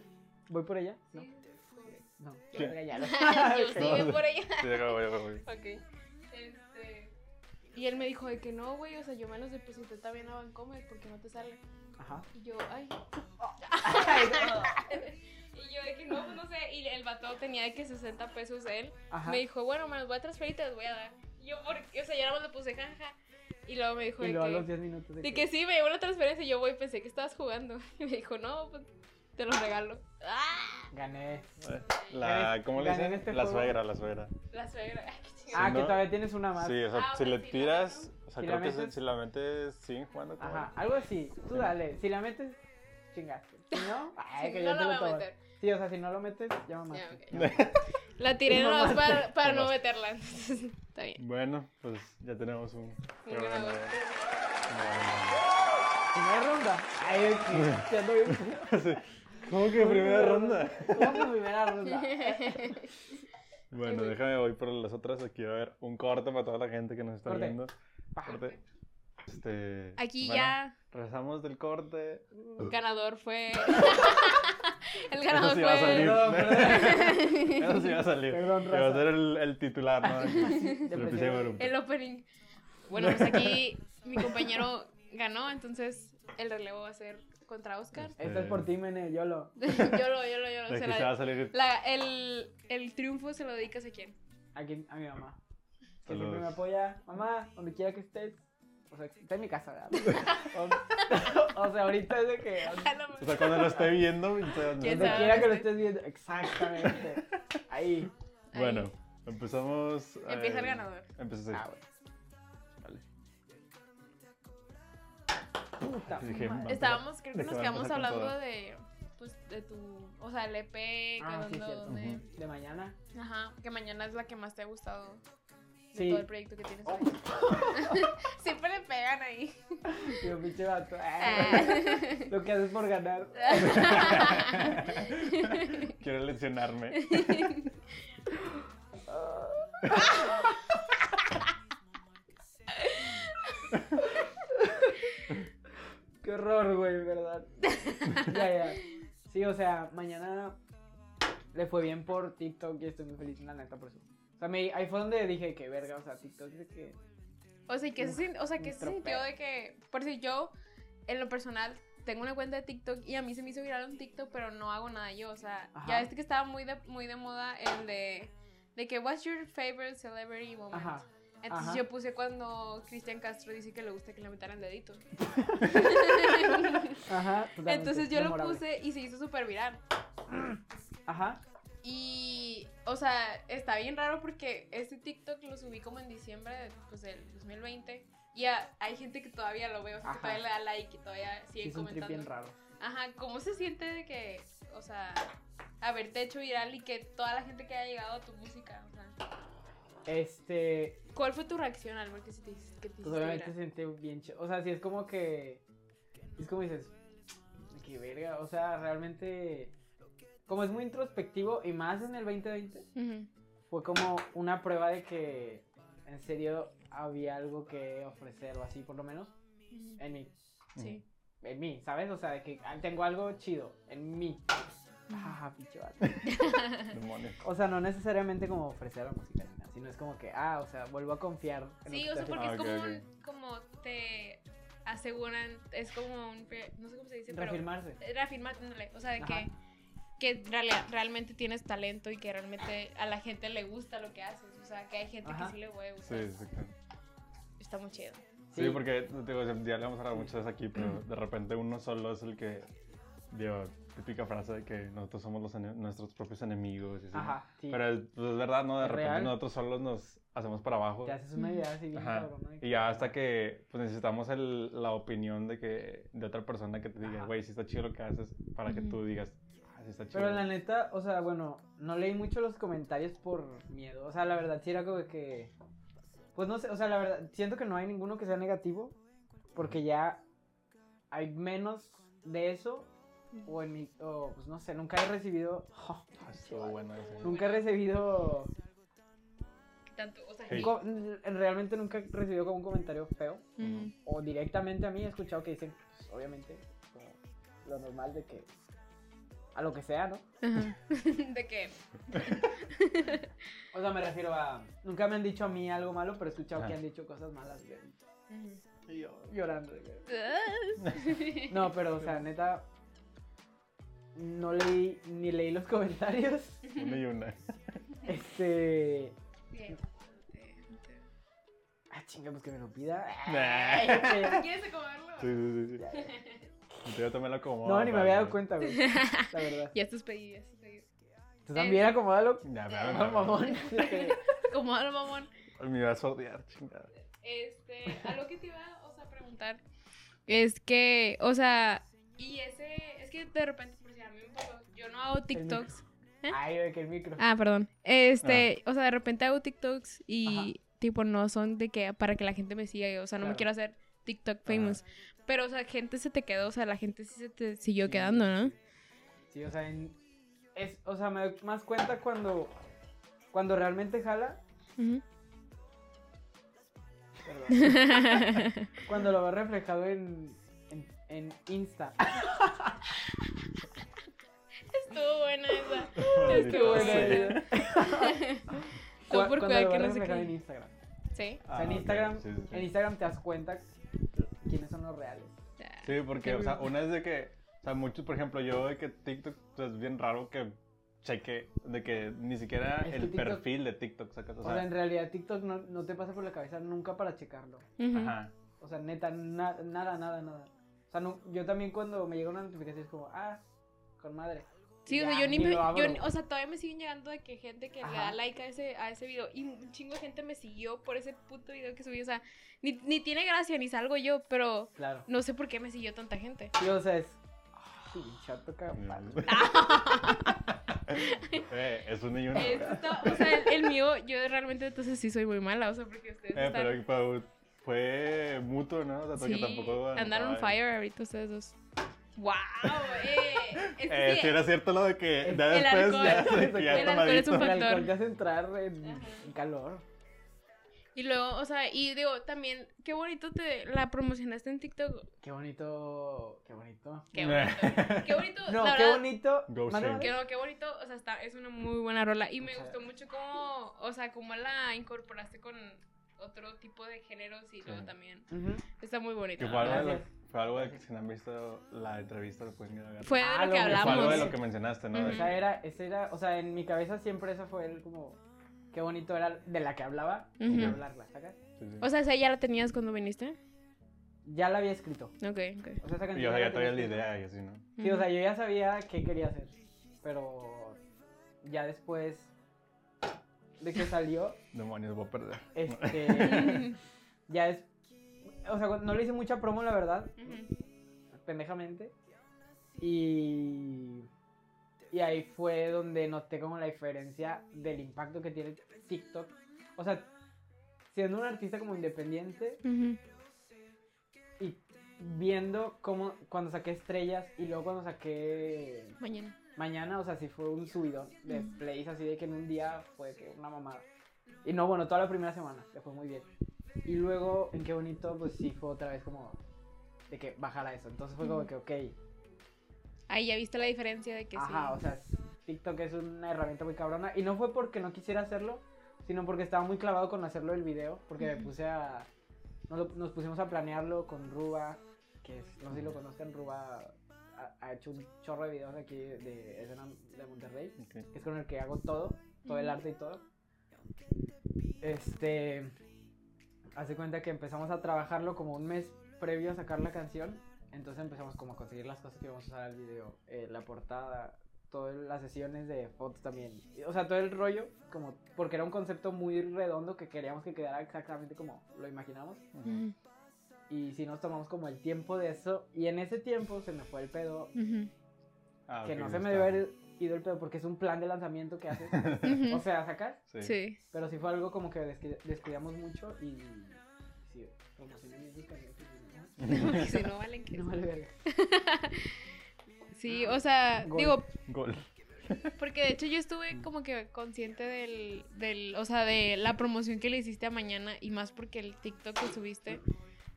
¿Voy por ella? No.
sí,
No. Yo
Sí.
por allá.
yo sí,
No.
voy por allá.
Sí, ya acabo, ya acabo.
Ah, Ok. Este, y él me dijo de que no, güey, o sea, yo me los deposité también a Bancomer porque no te sale.
Ajá.
Y yo, ay. y yo de que no, pues no sé. Y el vato tenía de que 60 pesos él.
Ajá.
Me dijo, bueno, me los voy a transferir y te los voy a dar. Y yo, por, o sea, ya nada más le puse janja. Y luego me dijo
y
de
luego a
que,
los 10 minutos.
de que sí, me llevó la transferencia y yo, voy, pensé que estabas jugando. Y me dijo, no, pues te los regalo. ¡Ah!
Gané.
este
La, ¿Cómo le
Gané
dicen?
en este
la
juego.
suegra, la suegra.
La suegra, ay, qué chingada.
Ah,
Si
que
no-
todavía tienes una más.
Sí, o sea,
Ah,
si
pues
le
sí, la
tiras, o sea,
Si la
creo que si-
metes-
si la metes sin jugando, como-
Ajá, algo así. Tú
Sí.
dale. Si la metes, chingaste. Si no, ay,
Sí,
que
no
yo te
la voy
lo
a
tomo.
meter.
Sí, o sea, si no lo metes, ya mamaste.
Ya, ok.
Ya mamaste.
La tiré
No
nomás
mamaste.
para, para no
Mamaste.
meterla. Entonces, está bien.
Bueno, pues ya tenemos un
Un
programa
grabador.
Primera ronda. Ay, es que ya ando bien.
de- ¿Cómo que primera ronda?
¿Cómo que primera ronda?
Bueno,
Ok.
déjame voy por las otras. Aquí va a haber un corte para toda la gente que nos está
Corte.
viendo.
Pa.
Corte. Este,
Aquí
bueno,
ya
Regresamos del corte.
el ganador fue. el
Eso
ganador
sí va a salir.
fue.
Perdón, perdón.
Eso sí va a salir.
Perdón,
Que va a
raza.
ser el, el titular, ¿no? El episodio de grupo.
El opening. Bueno, pues aquí mi compañero ganó, entonces el relevo va a ser contra Oscar.
Esta es
Eh.
por ti, Mene, yo lo.
yo lo, yo lo, yo lo.
De
se
que se va
la-
a salir.
la- el, el triunfo se lo dedicas a quién.
Aquí, a mi mamá. Que
Saludos.
siempre me apoya. Mamá, donde quiera que estés. O sea, está en mi casa, ¿verdad? o, o sea, ahorita es de que.
O sea, cuando lo esté viendo,
¿Quién
Donde
sabe?
quiera que lo estés viendo. Exactamente. Ahí.
Bueno, empezamos. eh,
Empieza el ganador.
Empieza sí.
Ah, bueno.
Vale.
Puta.
Dije,
madre.
"Mamá".
Estábamos, creo que
De que
nos
van a
quedamos
empezar con
hablando
todo.
de, pues, de tu, o sea, el EP, que
Ah, sí,
dónde-
cierto.
dónde-
De mañana.
ajá, que mañana es la que más te ha gustado de
Sí. Oh.
todo el proyecto que tienes. ahorita. Siempre le pegan ahí.
Yo, pinche vato. Ah,
Ah.
Lo que haces por ganar.
Quiero lesionarme.
Qué horror, güey, ¿verdad? ya, ya. Sí, o sea, mañana le fue bien por TikTok y estoy muy feliz, la neta, por eso. O sea, me- ahí fue donde dije que verga, o sea, TikTok es de que.
o sea, que se, sin- o sea,
Un
que se
tropeo.
sintió de que, por si yo, en lo personal, tengo una cuenta de TikTok y a mí se me hizo viral un TikTok, pero no hago nada yo, o sea,
Ajá.
ya este que estaba muy de, muy de moda el de, de que, what's your favorite celebrity moment?
Ajá.
Entonces
Ajá.
yo puse cuando Cristian Castro dice que le gusta que le metan el dedito.
Ajá. totalmente,
Entonces yo lo
memorable.
puse y se hizo súper viral.
Ajá.
Y, o sea, está bien raro porque este TikTok lo subí como en diciembre de, pues, del 2020. Y a- hay gente que todavía lo veo, o sea, que
Ajá.
todavía le da like y todavía sigue
Es un trip bien
comentando.
raro.
Ajá, ¿cómo se siente de que, o sea, haberte hecho viral y que toda la gente que haya llegado a tu música? O sea,
Este.
¿cuál fue tu reacción al ver que se te, hizo- que te
Pues
hiciste
obviamente se
viral?
siente bien chido. O sea, sí es como que. Es como dices. Qué verga. O sea, realmente. Como es muy introspectivo y más en el 2020,
Ujú.
fue como una prueba de que en serio había algo que ofrecer o así, por lo menos
Ujú.
en mí.
Sí.
En mí, ¿sabes? O sea, de que ah, tengo algo chido en mí. Ah, pinche vato.
Demonios.
O sea, no necesariamente como ofrecer la música, ni nada, sino es como que, ah, o sea, vuelvo a confiar. en lo
Sí,
que
o sea,
estoy haciendo.
porque es
Ah, ok,
como,
ok.
un- como te aseguran, es como un, re- no sé cómo se dice, pero
Reafirmarse.
reafirmar, ándale, o sea, de
Ajá.
que, que reale- realmente tienes talento y que realmente a la gente le gusta lo que haces, o sea, que hay gente
Ajá.
que sí le puede
Sí,
gustar.
exacto.
Está muy chido.
Sí, porque digo, ya le hemos hablado muchas veces aquí, pero de repente uno solo es el que, digo, típica frase de que nosotros somos los ene- nuestros propios enemigos. Y así, ¿no?
Ajá, sí.
Pero pues, es verdad, ¿no? De
Es
repente
real.
nosotros solos nos hacemos para abajo.
Te haces una idea así bien
Ajá.
cabrona de que-
Y ya hasta que pues, necesitamos el- la opinión de que de otra persona que te diga,
Ajá.
güey, si está chido lo que haces, para que
Ujú.
tú digas, ah, sí está chido.
Pero la neta, o sea, bueno, no leí mucho los comentarios por miedo. O sea, la verdad, sí era como que. Pues no sé, o sea, la verdad, siento que no hay ninguno que sea negativo. Porque ya hay menos de eso. O en mi. O, pues no sé, nunca he recibido.
Ah, estuvo bueno ese.
nunca he recibido.
Tanto, o sea,
Hey.
un co- realmente nunca he recibido como un comentario feo.
ujú.
O directamente a mí he escuchado que dicen, pues, obviamente, como lo normal de que. A lo que sea, ¿no?
Ajá. de que,
O sea, me refiero a. Nunca me han dicho a mí algo malo, pero he escuchado que
Ajá.
han dicho cosas malas de mí.
ujú.
Y yo llorando. de que-
Ah.
No, pero, o sea, neta. No leí ni leí los comentarios.
Una y una.
Este.
Bien.
Ah, chinga, pues que me lo pida. Este,
Nah.
Ay,
¿Quieres acomodarlo?
Sí, sí, sí. sí. Yo también lo acomodo.
No, ni me había dado
pero-
cuenta, güey. La verdad.
Ya estás pedido, ya estás pedido.
Tú también acomódalo.
Ya, me hablan,
Ah, No,
me hablan.
mamón. este, de que-
Acomódalo, mamón.
Me iba a sordear, chingada.
Este, algo que te iba o sea, a preguntar es que, o sea, y ese, es que de repente, por si a mí me pasó, yo no hago TikToks.
Ay, de que el micro.
Ah, perdón. Este,
Ah.
o sea, de repente hago TikToks y tipo no son de que para que la gente me siga, o sea, no me
Claro.
quiero hacer TikTok famous. Pero, o sea, gente se te quedó, o sea, la gente sí se te siguió quedando, ¿no?
Sí, o sea, en- es, o sea, me doy más cuenta cuando. Cuando realmente jala.
Ujú.
Perdón. Cuando lo ves reflejado en, en, en Insta.
Ah,
Estuvo buena esa.
Qué
Estuvo
buena
Sí.
buena.
idea. Cu-
Tú por
cuando
cuidar
lo
que
ves
no se
reflejado en
quede.
Instagram.
Sí.
O sea, en
Ah, ok,
Instagram,
sí, sí, sí.
en Instagram te das cuenta quiénes son los reales.
Sí, porque,
Qué
o sea,
rudo.
una es de que, o sea, muchos, por ejemplo, yo de que TikTok pues, es bien raro que cheque, de que ni siquiera
Es que
el
TikTok-
perfil de TikTok sacas, o
O sea, en
sea,
realidad TikTok no, no te pasa por la cabeza nunca para checarlo.
Ujú.
ajá,
O sea, neta, na- nada, nada, nada. O sea, no- yo también cuando me llega una notificación es como, ah, con madre.
Sí, o sea,
Ya,
yo ni,
ni
me.
lo abro.
yo ni- o sea, todavía me siguen llegando de que gente que le da
Ajá.
like a ese, a ese video. Y un chingo de gente me siguió por ese puto video que subí. O sea, ni, ni tiene gracia, ni salgo yo, pero
Claro.
no sé por qué me siguió tanta gente.
Y, o sea, es. "Ah, Sí, chato cabrón.
Mm.
eh, es una y una,
Esto está- o sea, el, el mío, yo realmente entonces sí soy muy mala. O sea, porque ustedes
eh,
están.
pero fue- fue mutuo, ¿no? O sea, porque
sí,
tampoco...
andaron on
ay.
fire ahorita ustedes dos. ¡Wow! ¡Eh! Es que
Eh,
sí,
si era cierto lo de que
El-
ya
el
después ya,
alcohol.
de que ya
El alcohol es
tomadito.
un
El
factor.
alcohol te hace entrar en,
Ajá.
en calor.
Y luego, o sea, y digo, también, qué bonito te la promocionaste en TikTok.
Qué bonito, qué bonito.
Qué bonito. qué bonito.
No,
la
qué
verdad,
bonito.
Go
Mano,
Shane.
Que no, qué bonito, o sea, está, es una muy buena rola. Y me
Muchas
gustó mucho cómo, o sea, cómo la incorporaste con otro tipo de géneros y luego también.
Ujú.
Está muy bonita.
Que
la
fue algo, de lo,
Gracias.
fue algo de que si no han visto la entrevista lo pueden ir a ver.
verdad. Fue
Ah,
de lo
lo
que
Que
mejor.
fue algo de
hablamos.
lo que mencionaste, ¿no? De
Ujú.
que-
Esa era, esa era, o sea, en mi cabeza siempre esa fue el como, qué bonito era de la que hablaba, y
Ujú.
de hablarla, ¿sacas?
sí, sí.
O sea, ¿esa ya la tenías cuando viniste?
Ya la había escrito.
Ok, ok.
O sea, esa canción
y o sea,
la
ya traía la
tenía escrita.
idea y así, ¿no?
Sí, o sea, yo ya sabía qué quería hacer, pero ya después de que salió,
Demonios, voy a perder.
este, ya es, o sea, no le hice mucha promo, la verdad,
Ujú.
pendejamente. Y, y ahí fue donde noté como la diferencia del impacto que tiene TikTok. O sea, siendo un artista como independiente
Ujú.
y viendo como cuando saqué estrellas y luego cuando saqué
Mañana.
mañana, o sea, sí fue un subidón de plays así de que en un día fue que una mamada. Y no, bueno, toda la primera semana le fue muy bien. Y luego, en qué bonito, pues sí fue otra vez como de que bajara eso. Entonces fue como
Ujú.
que, ok,
Ahí ya viste la diferencia de que
Ajá,
sí.
o sea, TikTok es una herramienta muy cabrona. Y no fue porque no quisiera hacerlo, sino porque estaba muy clavado con hacerlo el video. Porque me
Ujú.
puse a. Nos, lo- nos pusimos a planearlo con Ruba, que es, no sé si lo conozcan, Ruba ha, ha hecho un chorro de videos aquí de, de escena de Monterrey,
Ok.
que es con el que hago todo, todo el
Ujú.
arte y todo. Este, hace cuenta que empezamos a trabajarlo como un mes previo a sacar la canción, entonces empezamos como a conseguir las cosas que íbamos a usar al video, eh, la portada, todas las sesiones de fotos también. Y, O sea, todo el rollo, como porque era un concepto muy redondo que queríamos que quedara exactamente como lo imaginamos.
Ujú.
Y si nos tomamos como el tiempo de eso, y en ese tiempo se me fue el pedo,
Ah,
que
ok,
no
ya
se me
está.
debe haber ido el pedo porque es un plan de lanzamiento que haces. o sea, sacas,
Sí.
Sí.
pero sí fue algo como que descu- descuidamos mucho y... Sí, promocioné mis discos, pues, ¿no?
Porque si no valen
Que
que
no vale verga.
Sí, o sea,
Gol.
digo,
Gol.
porque de hecho yo estuve como que consciente del, del, o sea, de la promoción que le hiciste a mañana y más porque el TikTok que subiste,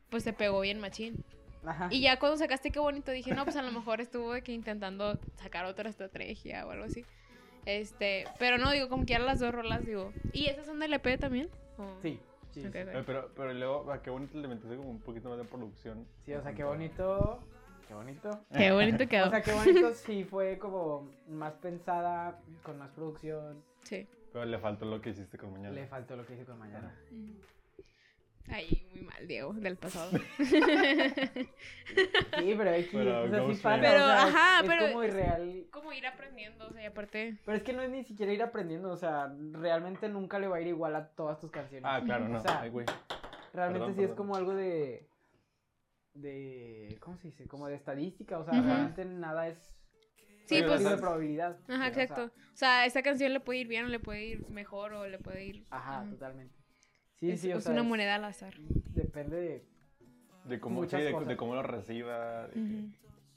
pues te pegó bien machín.
Ajá.
Y ya cuando sacaste qué bonito, dije, no, pues a lo mejor estuvo de que intentando sacar otra estrategia o algo así. Este, pero no, digo, como que ahora las dos rolas, digo. ¿Y esas son del EP también? ¿O?
Sí, sí, sí.
Ok, ok.
Oye, Pero, pero luego, ah, qué bonito le metiste como un poquito más de producción.
Sí, o sea, qué bonito. Qué bonito.
Qué bonito quedó.
O sea, qué bonito sí fue como más pensada, con más producción.
sí.
Pero le faltó lo que hiciste con mañana.
Le faltó lo que hice con mañana.
Ahí, muy mal, Diego, del pasado.
Sí, pero X,
Pero
o sea, sí
Ghost
pasa,
Rider.
o sea,
Pero, ajá,
es
pero-
como irreal.
Como ir aprendiendo, o sea, y aparte.
Pero es que no es ni siquiera ir aprendiendo, o sea, realmente nunca le va a ir igual a todas tus canciones.
Ah, claro, no.
O sea,
Ay, güey.
realmente
perdón,
sí es
perdón.
como algo de de ¿cómo se dice? Como de estadística, o sea,
Ujú.
realmente nada es
Sí,
es
pues-
de probabilidad.
Ajá,
o sea,
exacto. O sea, esta canción le puede ir bien, o le puede ir mejor, o le puede ir.
ajá,
Ajá.
totalmente. Sí,
es,
sí, o
es
sea,
una
es-
moneda al azar.
depende de
De cómo,
Muchas
sí, de-
cosas.
de cómo lo reciba. de que-
Ujú.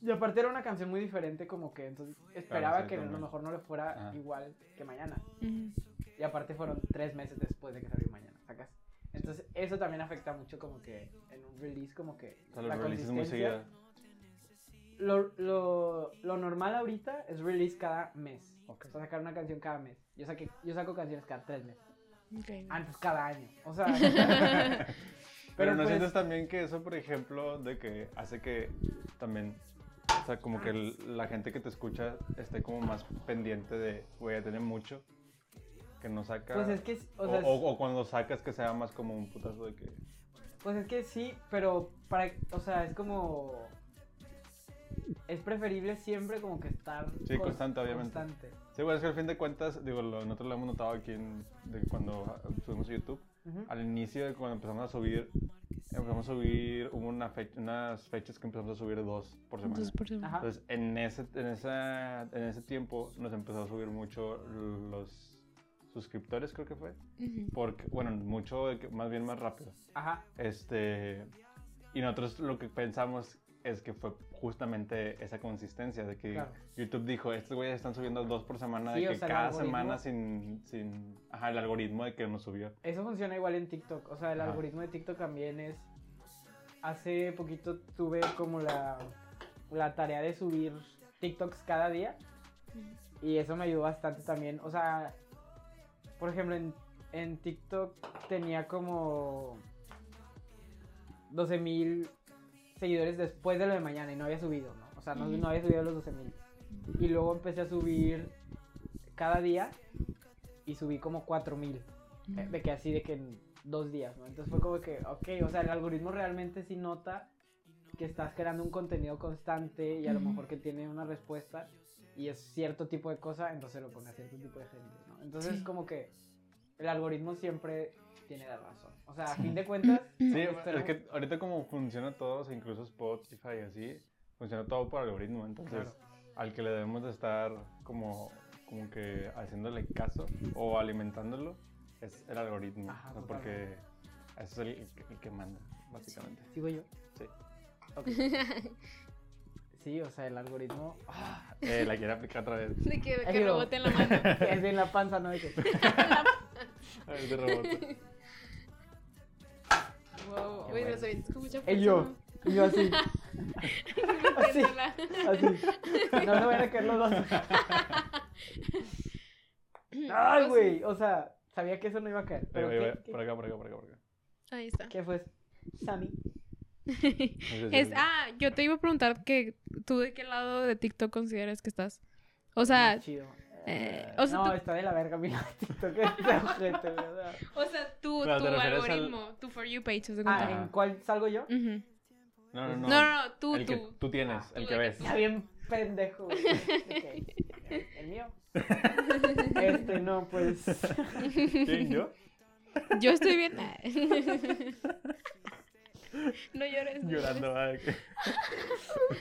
Y aparte era una canción muy diferente, como que entonces esperaba
sí,
que a lo
también.
mejor no le fuera
Ajá.
igual que mañana.
Ujú.
Y aparte fueron tres meses después de que salió mañana, ¿sacas? Entonces eso también afecta mucho como que en un release como que
O sea, lo realizas muy seguido.
Lo, lo, lo normal ahorita es release cada mes.
Ok.
O sea, sacar una canción cada mes. Yo, saqué, yo saco canciones cada tres meses.
Ok.
Antes cada año. O sea,
Pero no
pues-
sientes también que eso, por ejemplo, de que hace que también, o sea, como que el- la gente que te escucha esté como más pendiente de, voy a tener mucho, que no saca.
pues es que...
o,
O sea,
o- o cuando sacas que sea más como un putazo de que.
Pues es que sí, pero para, o sea, es como es preferible siempre como que estar
Sí, constante, obviamente.
constante.
Sí, bueno, es que al fin de cuentas, digo, lo- nosotros lo hemos notado aquí en, de cuando subimos a YouTube.
Ujú.
Al inicio, de cuando empezamos a subir, empezamos a subir, hubo una fe- unas fechas que empezamos a subir dos por semana.
Entonces, por semana.
Ajá.
Entonces, en ese, en, esa, en ese tiempo nos empezó a subir mucho los suscriptores, creo que fue.
Ujú.
Porque, bueno, mucho, de que- más bien más rápido.
Ajá.
Este, y nosotros lo que pensamos es que fue justamente esa consistencia de que
Claro.
YouTube dijo, estos güeyes están subiendo dos por semana,
Sí,
de
o
que
sea, el
cada
algoritmo-
semana sin, sin... Ajá, el algoritmo de que nos subió.
Eso funciona igual en TikTok, o sea, el
Ajá.
algoritmo de TikTok también es hace poquito tuve como la la tarea de subir TikToks cada día y eso me ayudó bastante también, o sea, por ejemplo, en, en TikTok tenía como 12 mil seguidores después de lo de mañana y no había subido, ¿no? O sea, no,
Ujú.
no había subido los 12 mil. Y luego empecé a subir cada día y subí como 4 mil. eh, De que así, de que en dos días, ¿no? Entonces fue como que, ok, o sea, el algoritmo realmente sí nota que estás creando un contenido constante y a lo
Ujú.
mejor que tiene una respuesta y es cierto tipo de cosa, entonces lo pone a cierto tipo de gente, ¿no? Entonces
Sí.
como que el algoritmo siempre tiene la razón. O sea, a
Sí.
fin de cuentas... pues,
Sí,
espero-
es que ahorita como funciona todo, o sea, incluso Spotify y así, funciona todo por algoritmo, entonces al que le debemos de estar como, como que haciéndole caso o alimentándolo es el algoritmo,
Ajá,
o sea, porque ese
totalmente.
es el, el que manda, básicamente.
¿Sigo yo?
Sí.
Ok. sí, o sea, el algoritmo...
Eh, la quiere aplicar otra vez.
De que, de que
Ey, yo.
rebote en la mano.
Es de la panza, ¿no? De que-
A ver, de rebote.
Wow,
Qué
güey,
bueno.
lo soy con mucha
Ey, yo, Ah,
fuerza,
y yo así,
¿no?
así.
Viéndola. Pues
así. No se van a caer los dos. Ay, güey, o sea, sabía que eso no iba a caer. Pero
Ahí va, ahí
¿qué-
va,
qué,
Por acá, por acá, por acá, por acá.
Ahí está.
qué fue eso? Sammy. Pues
Es, ah, yo te iba a preguntar que tú de qué lado de TikTok consideras que estás. O sea,
Chido.
eh,
o
o
sea
sea,
no,
tú-
está de la verga mi TikTok. Este ojete, ¿verdad?
o sea, tú,
Pero
tu
te refieres al-
algoritmo, tu For You page, haz de
Ah,
cuenta.
Ajá.
¿en cuál salgo yo?
Ujú.
No, no, no.
No, no, no, tú,
el que
tú.
tú tienes,
Ah,
el
tú
que
de que
ves.
tú-
Está bien pendejo. güey. Ok. El mío. Este no, pues.
¿Quién, yo?
Yo estoy bien. Ah. no llores. no
Llorando. ah, que-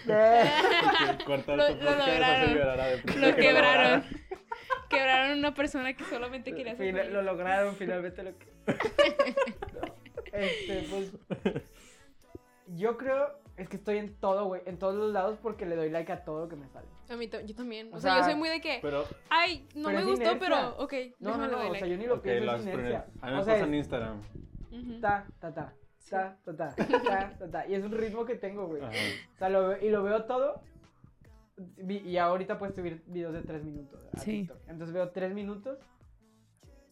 llores.
que Cortar
Lo-
tu
lo
podcast hace
lograron.
llorar a Deprisa,
Lo
que
quebraron. Quebraron una persona que solamente quería ser
Fina-
feliz.
lo lograron finalmente lo que... No. Este, pues yo creo es que estoy en todo, güey, en todos los lados porque le doy like a todo lo que me sale.
A mí to- yo también. O,
O
sea, yo
sea,
soy muy de que,
Pero,
ay, no
pero
me
es
gustó,
inercia.
pero ok,
No, no,
déjame le
no,
doy
o sea,
like.
yo ni lo
ok, lo
pienso
has
es
ponido.
inercia.
A mí me
O sea,
pasa en
es
Instagram.
Ujú.
ta, ta, ta, ta, ta, ta, ta, ta, ta, y es un ritmo que tengo, güey.
Ajá.
O sea, lo ve- y lo veo todo. Vi- Y ahorita puedes subir videos de 3 minutos. a
Sí.
TikTok. Entonces veo 3 minutos.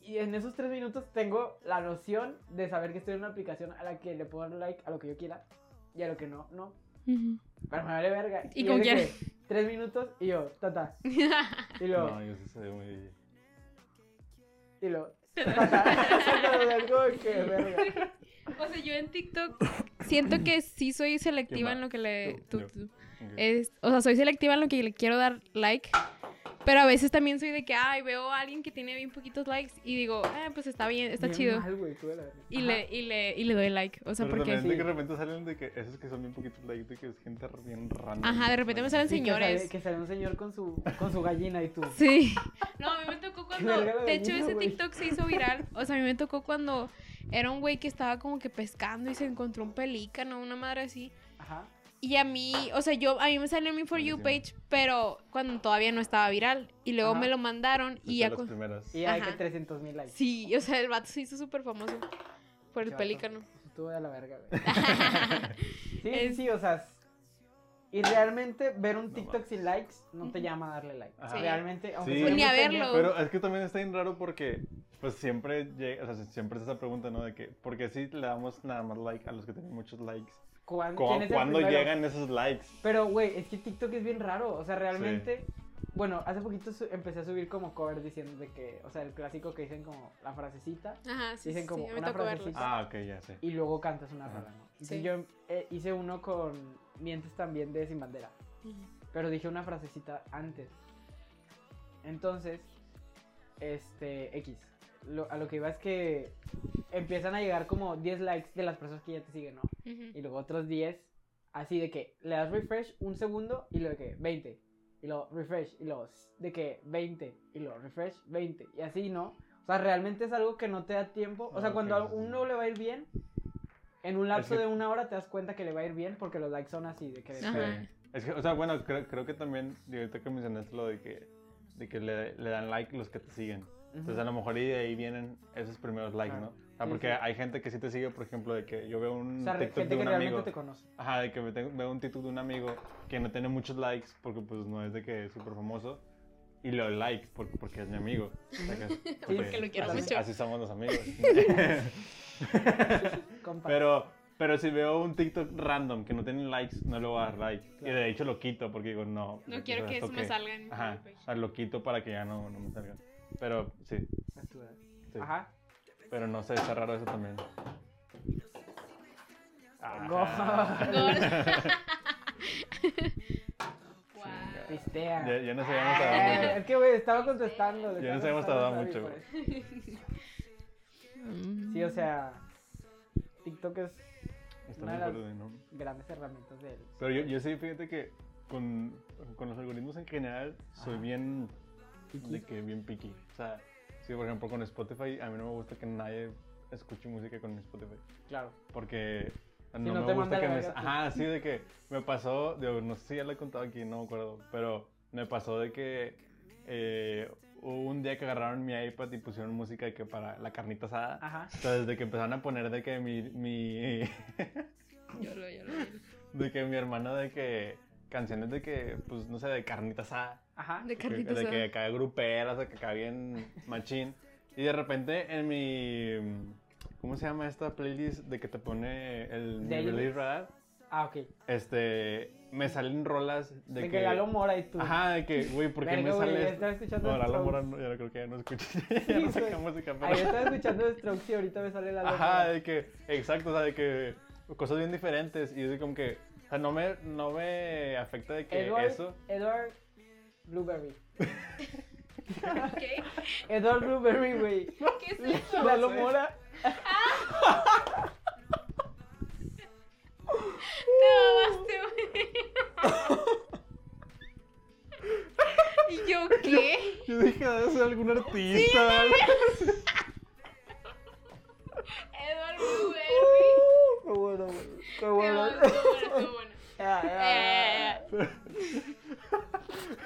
Y en esos 3 minutos tengo la noción de saber que estoy en una aplicación a la que le puedo dar like a lo que yo quiera y a lo que no, no.
Ujú.
Pero me vale verga.
¿Y con quién?
3 minutos y yo, tata. Y luego,
No, yo sí soy muy.
y luego, tata. Algo que verga.
o sea, yo en TikTok siento que sí soy selectiva
va?
en lo que le...
Tú,
tú-
yo.
tú.
Ok.
Es- o sea, soy selectiva en lo que le quiero dar like. Pero a veces también soy de que, ay, veo a alguien que tiene bien poquitos likes y digo, ah, pues está bien, está
Bien
chido.
mal, güey, tú de la verga.
Y le, y, le, y le doy like. O sea,
Pero
porque...
también de
sí.
que de repente salen de que esos que son bien poquitos likes, de que es gente bien random.
Ajá, de repente me salen
Sí, que sale-
señores.
Que sale un señor con su, con su gallina y tú.
Sí. No, a mí me tocó cuando.
verga la
De hecho,
gallina,
ese
güey.
TikTok se hizo viral. O sea, a mí me tocó cuando era un güey que estaba como que pescando y se encontró un pelícano, una madre así.
Ajá.
Y a mí, o sea, yo, a mí me salió en mi For You page,
Buenísimo.
pero cuando todavía no estaba viral. Y luego
Ajá.
me lo mandaron
De
y ya.
las
cu-
primeras.
Y hay que
Ajá.
300 mil likes.
Sí, o sea, el vato se hizo súper famoso por el
Qué vato.
pelícano.
Estuvo de la verga, güey. Sí, sí, sí, o sea. Y realmente ver un
No
TikTok
mames.
sin likes no te
Ujú.
llama a darle like.
Ajá.
Realmente, aunque
Sí.
suene
Ni
muy
a verlo.
pendejo,
Pero es que también está bien raro porque, pues siempre llega, o sea, siempre es esa pregunta, ¿no? De que, porque si le damos nada más like a los que tienen muchos likes.
¿cuán-
¿Cu-
quién es el
¿Cuándo
primero?
llegan esos likes?
Pero, güey, es que TikTok es bien raro. O sea, realmente. Bueno, hace poquito su- empecé a subir como covers diciendo de que. O sea, el clásico que dicen como la frasecita.
Ajá, sí,
Dicen
sí,
como
sí, a mí
una
me tocó verlo.
frasecita.
Ah, ok, ya sé.
Y luego cantas una
Ajá.
rola, ¿no? Entonces
Sí.
yo eh, hice uno con Mientes también de Sin Bandera. Pero dije una frasecita antes. Entonces, este, X. Lo- a lo que iba es que empiezan a llegar como 10 likes de las personas que ya te siguen, ¿no?
Ujú.
Y luego otros 10. Así de que le das refresh un segundo y luego de que 20. Y luego refresh y luego s- de que 20. Y luego refresh 20. Y así, ¿no? O sea, realmente es algo que no te da tiempo. O sea,
Ah,
cuando a
ok, sí, sí.
uno le va a ir bien, en un lapso
que-
de una hora te das cuenta que le va a ir bien porque los likes son así, de que...
Sí.
Ajá.
Es que, o sea, bueno, creo, creo que también, y ahorita que mencionaste lo de que, de que le, le dan like los que te siguen. Entonces, a lo mejor y de ahí vienen esos primeros likes, ¿no?
Claro.
O sea,
Sí,
porque
sí.
hay gente que sí te sigue, por ejemplo, de que yo veo un
O sea, re-
Mm, TikTok
gente
de
que
un
realmente
amigo.
te conoce.
Ajá, de que me tengo- veo un TikTok de un amigo que no tiene muchos likes porque pues no es de que es súper famoso y lo like porque, porque es mi amigo. O sea, que es-
Porque lo quiero
así,
mucho.
Así somos los amigos.
Compa.
pero, pero si veo un TikTok random que no tiene likes, no le voy a dar like. Y de hecho lo quito porque digo, no.
No quiero que
esto
eso me salga en pues. mi
Ajá,
fanpage.
o sea, lo quito para que ya no, no me salgan. Pero sí, sí.
Ajá.
Pero no sé, está raro eso también.
Go.
Guau.
Pistea.
Ya, ya no sabíamos a
Eh,
dónde.
es que, güey, estaba contestando.
Ya
estaba
nos habíamos tardado
contestando,
mucho,
Javi, pues. Sí, o sea, TikTok es
Está
Una
muy
de las-
fuerte, ¿no?
grandes herramientas de él.
Pero yo, yo sí, fíjate que con, con los algoritmos en general soy
Ajá.
bien de que bien picky. O sea, sí, por ejemplo, con Spotify a mí no me gusta que nadie escuche música con Spotify
Claro.
porque no,
no
me
te manda
gusta que
la
me...
verga, pues.
Ajá, sí, de que me pasó, digo, no sé si ya lo he contado aquí, no me acuerdo, pero me pasó de que eh, hubo un día que agarraron mi iPad y pusieron música de que para la carnita asada.
Ajá.
Entonces, de que empezaron a poner de que mi, mi,
Yo lo, yo lo.
de que mi hermano de que canciones de que, pues, no sé, de carnita asada.
Ajá.
De
que-
carnitas.
De que acá gruperas, de que acá bien machín. Y de repente en mi. ¿Cómo se llama esta playlist de que te pone el
Daily.
Daily Radar?
Ah, ok.
Este, me salen rolas de,
De, que, ya lo mora y tú.
Ajá, de que, güey, ¿por qué
Verga,
me
güey,
sale
ya
esto?
estaba escuchando
No, Lalo Mora
Strokes.
no, ya no creo que ya no escuché. ya no
Sí,
saca
güey.
música, pero...
Ahí estaba escuchando Strokes y ahorita me sale la loca.
Ajá, de que, exacto, o sea, de que cosas bien diferentes. Y yo soy como que, o sea, no me, no me afecta de que
Edward,
eso.
Edward Blueberry.
¿Qué?
Edward Blueberry, güey.
¿Qué es eso?
Lalo Mora.
Te mamaste, güey. ¿Y yo qué?
Yo dije, debe ser algún artista.
Edward Blueberry.
Qué bueno, güey. Qué
Te
bueno. Ah,
mamaste, estuvo bueno, estuvo bueno.
Ah,
Eh,
Ya, ya, ya.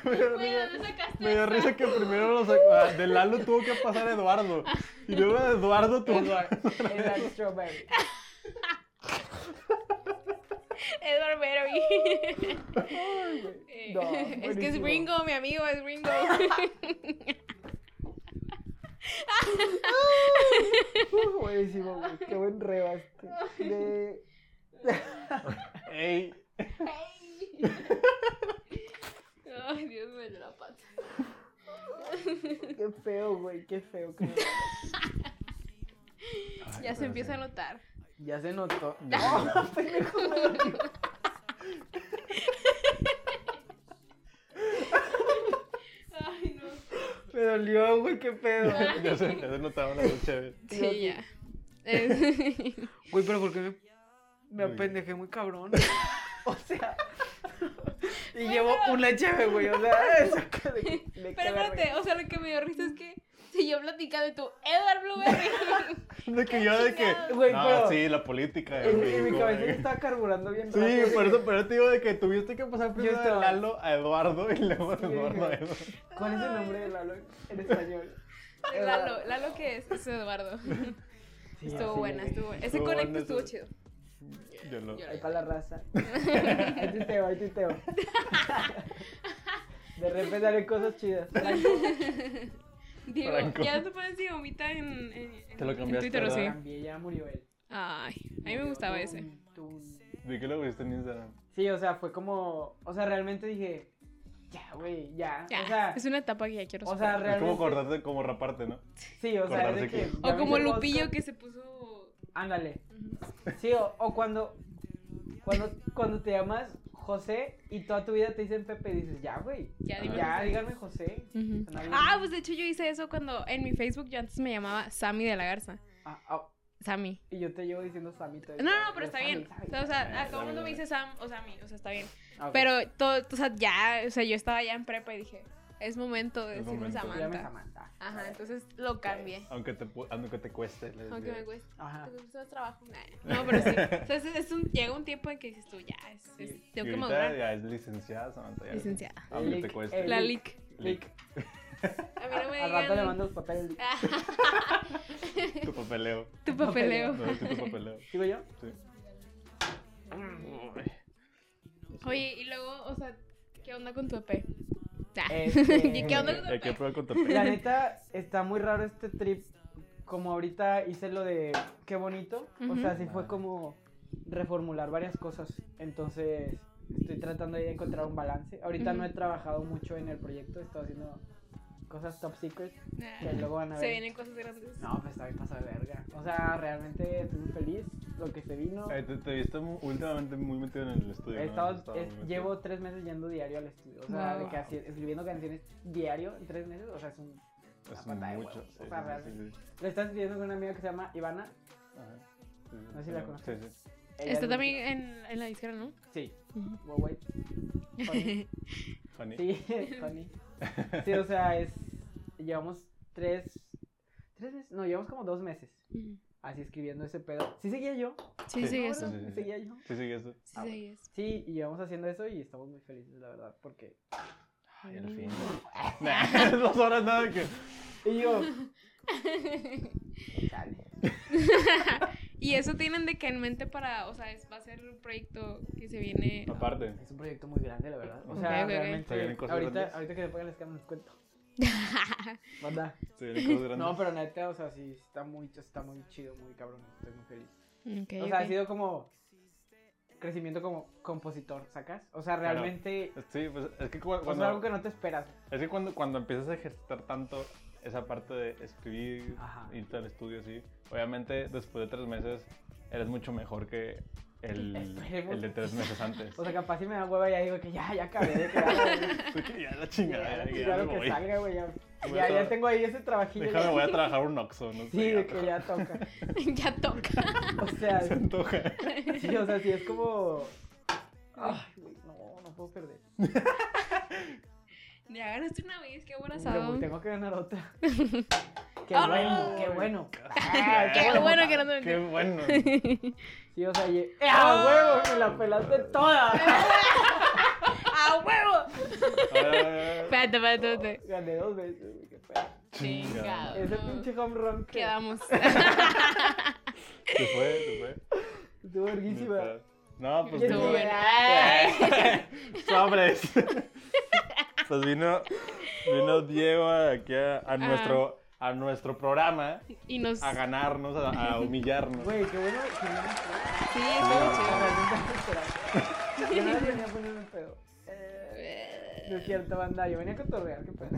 me, dio
Güey,
risa-
¿dónde sacaste
me dio
esa?
risa que primero lo sacó. ah, De Lalo tuvo que pasar a Eduardo. Y luego de Eduardo tuvo que
Edward. Edward Strawberry.
Edward Berry.
Ay, güey.
Eh,
No,
es que es
buenísimo.
Ringo, mi amigo es Ringo.
Uh, buenísimo, güey. Qué buen este. rebaste. De...
Ey,
Ay, Dios me dio la pata.
Qué feo, güey. Qué feo. qué feo.
Ya se empieza a notar.
Ya se notó.
Ya.
No, pendejo, me dolió.
Ay, no.
Me dolió, güey. Qué pedo.
Ya se, ya se notaba la noche.
Sí, ya. Es-
Güey, pero ¿por qué me, me
Uy.
apendejé muy cabrón? o sea. y llevo
pero-
una chave, güey. O sea, eso que de, de que
Pero
la
espérate, o sea, lo que me dio risa es que si yo platicando y tú, Edward Blueberry.
De que yo, de que.
chingado.
Güey,
no,
pero-
sí, la política.
regué.
de
En, en mi
México,
cabeza
de-
ya estaba carburando bien
eh. Sí,
rápido,
por
güey.
eso, pero te digo de que tuviste que pasar primero de
estaba-
Lalo a Eduardo y luego de
Sí,
Eduardo a
güey.
Eduardo.
¿Cuál es el nombre de Lalo en español?
Lalo, Lalo, ¿qué es? Es Eduardo.
Sí,
Estuvo
sí,
buena,
güey.
estuvo buena. Ese
Estuvo
conecto
buena,
estuvo
estuvo-
chido.
Yo lo.
Yo
Ahí para la raza. Ahí tuiteo, ahí tuiteo. De repente haré cosas chidas.
Digo,
Franco.
ya te pones y vomita en, en,
Te lo
en
cambiaste,
Twitter o sí.
¿verdad?
Cambié, ya murió él.
Ay, a mí me gustaba ese.
¿De qué lo viste en Instagram?
Sí, o sea, fue como. O sea, realmente dije. Ya, güey, ya.
Ya,
O sea,
es una etapa que ya quiero
o
superar.
Es
sea
como
realmente.
cortarte, como raparte, ¿no?
sí, o sea, es
cortarse
de que.
aquí.
ya
O como
viste el
Lupillo
Oscar.
que se puso.
Ándale. Sí, o, o cuando. Cuando, cuando te llamas José y toda tu vida te dicen Pepe, dices, ya, güey.
Ya, dime.
Ya,
José.
díganme José.
Ujú.
O sea, no-
Ah, pues de hecho yo hice eso cuando en mi Facebook yo antes me llamaba Sammy de la Garza.
Ah, ah,
Sammy.
y yo te llevo diciendo Sammy todo el
No, no,
día,
pero está
Sammy,
bien.
Sammy.
O sea, o sea, a todo
Sammy,
el mundo me
Sammy.
dice Sam o Sammy, o sea, está bien.
Ah, ok.
Pero todo, o sea, ya, o sea, yo estaba ya en prepa y dije, es momento de
Es
decirme
momento.
Tú llamas
Samantha.
Samantha.
Ajá, entonces lo cambié.
Aunque te, pu- aunque te cueste. le
Aunque
decía.
me cueste,
Ajá.
porque me cuesta más trabajo. Nah, No, pero sí. O sea, es, es un, llega un tiempo en que dices tú, ya, es, es- tengo
Y-
Y
que
ahorita
madurar.
Ya es licenciada, Samantha. ya-
Licenciada.
Aunque
Lic,
te cueste.
eh,
La LIC.
Lic.
A mí no me
Al rato le
digan Ah.
mando los papeles.
Tu papeleo.
tu papeleo.
No, tú tu papeleo.
¿Sigo yo?
Sí.
Oye, y luego, o sea, ¿qué onda con tu EP? Nah.
Este-
¿Y qué onda con tu
Hay que
EP?
probar con tu
La
papeleo.
neta, está muy raro este trip. Como ahorita hice lo de qué bonito. O sea,
Ujú.
sí fue como reformular varias cosas. Entonces, estoy tratando ahí de encontrar un balance. Ahorita no he
Ujú.
trabajado mucho en el proyecto. He estado haciendo cosas top secret
Nah.
que luego van a ver.
Ah, Se vienen cosas grandes.
No, pues está bien pasado de verga. O sea, realmente estoy muy feliz. Lo que se vino.
Eh, Te, te viste mu- últimamente muy metido en el estudio.
He
¿no?
estado-
Has estado
es-
muy metido.
llevo tres meses yendo diario al estudio. O sea, de que
Wow.
así- escribiendo canciones diario en tres meses. O sea, es un
Es
la pata de
mucho.
huevos,
sí,
o sea,
sí,
realmente.
sí, sí.
Le estás escribiendo con una amiga que se llama Ivana.
Ajá. Sí, sí,
No sé si la
sí,
conoces.
sí, sí.
Ella
Está
es
también en, en la disquera, ¿no?
música. Sí, Huawei. Honey.
Funny.
Sí, Honey. Sí, o sea, es. Llevamos tres. ¿Tres meses? No, llevamos como dos meses.
Ujú.
Así escribiendo ese pedo. Sí, seguía yo.
Sí, sí,
No,
eso.
no,
Sí, sí, sí.
Seguía yo.
Sí, sí, eso.
Sí,
Ah,
sí, eso.
Sí, y llevamos haciendo eso y estamos muy felices, la verdad, porque.
Ay, al fin. dos horas nada de que.
Y yo. Chale.
Y eso tienen de que en mente para, o sea, es, va a ser un proyecto que se viene.
Aparte.
Es un proyecto muy grande, la verdad. O sea,
Ok, ok, ok.
realmente.
Se vienen cosas
ahorita,
grandes.
ahorita que se pongan las cámaras, les cuento. Banda.
Se ve el codo grande.
No, pero neta, o sea, sí, está muy, está muy chido, muy cabrón. Estoy muy feliz.
Ok,
o sea,
ok.
ha sido como crecimiento como compositor, ¿sacas? O sea,
Claro.
realmente
Sí, pues es que cu- cuando,
o sea, algo que no te esperas.
es que cuando, cuando empiezas a ejercitar tanto esa parte de escribir,
Ajá.
irte al estudio, sí, obviamente después de tres meses eres mucho mejor que el,
Esperemos.
el de tres meses antes.
O sea, capaz si me da hueva ya digo que ya, ya acabé de crear, güey.
Tú que ya la
Ya,
chingada, ya,
ya,
ya
ya
me
lo que
voy.
salga, güey. Ya,
Voy
ya,
a
ya
tra-
tengo ahí ese trabajillo.
Déjame,
ya.
voy a trabajar un Oxxo, no sé.
Sí,
ya,
de que ya toca.
ya toca.
O sea,
Se antoja.
sí, o sea, sí es como. Ay, güey, no, no puedo perder.
Ya ganaste una vez, qué
Pero,
abrazado.
güey, tengo que ganar otra. Qué
Ah,
bueno, qué
güey.
bueno.
Ah,
Qué bueno que no te
Qué
metí.
bueno.
Sí, o sea, ye- ¡Ah, huevo! Me la pelaste toda.
¡A huevo!
Ah,
Espérate, espérate, espérate. Ah.
Gané dos veces, güey, qué pedo.
chingada.
Chingado.
Ese
No.
pinche home run que
Quedamos.
Se fue, se fue.
estuvo verguísima.
No, pues
Estuvo
no.
bien.
Sobres. Pues vino, vino Diego aquí a, a nuestro, a nuestro programa
Y nos.
a ganarnos, a, a humillarnos.
Güey, qué bueno que no me esperaba.
Sí, estuvo
O sea,
chido.
realmente me esperaba. Yo no venía a ponerme pedo. Eh, No es
Eh,
cierto, banda. Yo venía a cotorrear, qué pedo.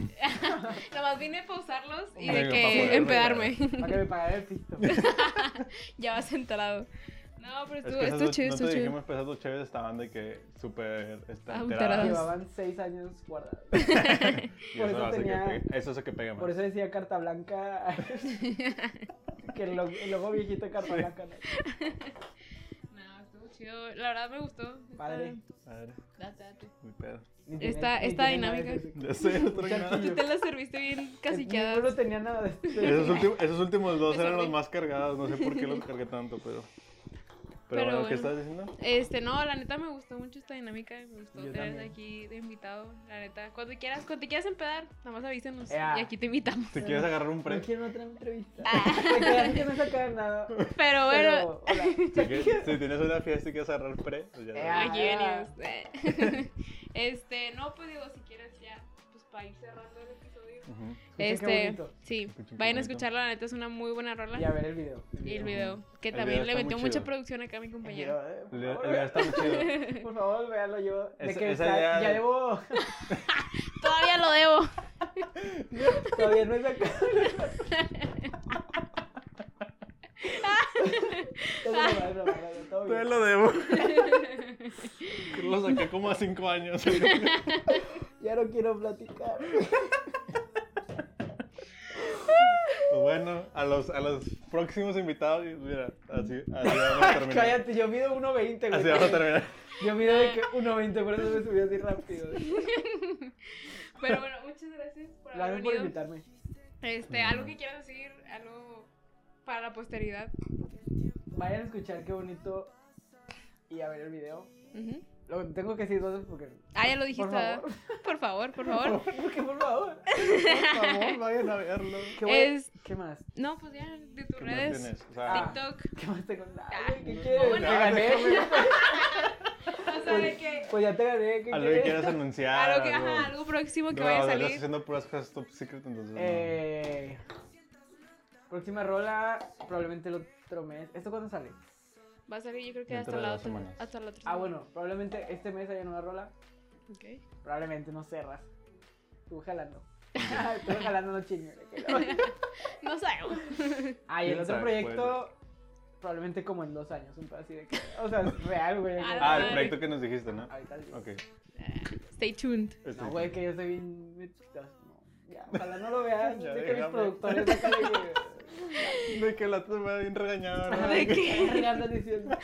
Nomás vine a pausarlos y
Venga,
de
pa'
que
poder
empedarme.
Para que me pagara el pisto.
ya vas enterado. No, pero
Es
estuvo,
que esas
estuvo
dos-
chido,
no
estuvo
te
chido.
dijimos, pues esas dos chéveres estaban de que súper este,
Ah,
alteradas.
alteradas.
Llevaban seis años guardados.
Y
Por
eso,
eso
hace
tenía-
que pegue- eso hace que pegue más.
Por eso decía carta blanca. que el, lo- el logo viejito de carta blanca. ¿no?
No, estuvo chido. La verdad me gustó. Está-
Padre.
Madre,
Date, date.
mi pedo.
Ni tiene-
Esta-
ni
esta
tiene nada de
dinámica.
eso.
Ya sé, no traigo nada.
Tú te la serviste bien
Ninguno
casillada.
tenía nada de este esto.
Esos, ulti- esos últimos dos
Me
eran los
sorprende.
más cargados, no sé por qué los cargué tanto, pero. Pero,
Pero
bueno, ¿qué
bueno.
estás diciendo?
Este, no, la neta me gustó mucho esta dinámica. Me gustó
Yo
tenerte
también.
aquí de invitado. La neta, cuando quieras, cuando te quieras empedar, nada más avísanos
Ea.
y aquí te invitamos.
Si quieres agarrar un
No
pre,
quiero otra entrevista.
Ah.
Me quedé así que no sacaba nada.
Pero bueno,
Pero, hola.
si, quieres- si tienes una fiesta y quieres agarrar pre, pues ya.
Eh,
aquí
Ah.
venimos. Eh. Este, no, pues digo, si quieres ya, pues para ir cerrando el episodio.
Ujú.
Escuchen qué
Este,
bonito.
sí,
Escuchen qué
vayan a
bonito.
escucharla, la neta es una muy buena rola.
Y a ver el video.
Y el video, que
El
también
video
le
está
metió
muy
mucha
chido.
producción acá mi
El
compañero.
video, eh, por
El video-
favor,
el video
vean-
está muy chido.
Por favor, véanlo yo. De
Esa-
que
esa
está-
idea-
ya debo.
Todavía lo debo.
Todavía no he sacado. Todo
Ah.
bien, todo bien, todo
Todavía
bien.
lo debo. lo saqué como a 5 años.
Ya no quiero platicar.
Pues bueno, a los, a los próximos invitados, y mira, así, así vamos a terminar.
Cállate, yo mido 1.20, güey.
Así vamos a terminar.
Yo mido de que 1.20, por eso me subí así rápido.
Pero bueno, muchas gracias por haber
Gracias por
venido.
invitarme.
Este, algo que quieras decir, algo para la posteridad.
Vayan a escuchar qué bonito y a ver el video. Lo tengo que decir dos veces porque.
Ah, ya lo dijiste.
Por favor.
¿verdad? Por favor, por favor.
Porque, por favor. Por favor, vayan a verlo. ¿Qué, voy-
Es-
¿Qué más?
No, pues ya, de tus
¿Qué más
redes.
tienes? O sea,
Ah.
Pues, TikTok.
¿Qué más tengo? Ay,
Ah,
¿Qué
no,
quieres?
bueno.
Te gané.
O sea, de
Pues,
que.
pues ya te gané. ¿Qué
algo que
quieres?
quieras anunciar.
Algo que,
algo-
ajá, algo próximo que
No,
vaya a
estás
salir.
haciendo puras cosas top secret, entonces. no.
Eh, próxima rola, probablemente el otro mes. ¿Esto cuándo sale?
Va a salir, yo creo que
Dentro
hasta
de
la,
dos
otra,
semanas.
hasta la otra.
Ah,
semana.
bueno, probablemente este mes haya nueva rola.
Ok.
Probablemente, no sé, Raz. Tú jalando. Tú jalando, no chingue.
No sabemos.
Ah, y el
¿Quién
otro
sabe?
proyecto, probablemente como en dos años, un pedo así de que. O sea, es real, güey.
Ah, el
Ay.
proyecto que nos dijiste, ¿no?
Ahorita sí.
Ok.
Stay tuned.
Este-
No, güey, que yo soy bien. metido, no. Ya, ojalá no lo veas.
Ya,
sé que mis
déjame.
productores acá de que.
De que la otra me va bien regañada, ¿no?
¿De
¿Qué
qué?
andas diciendo?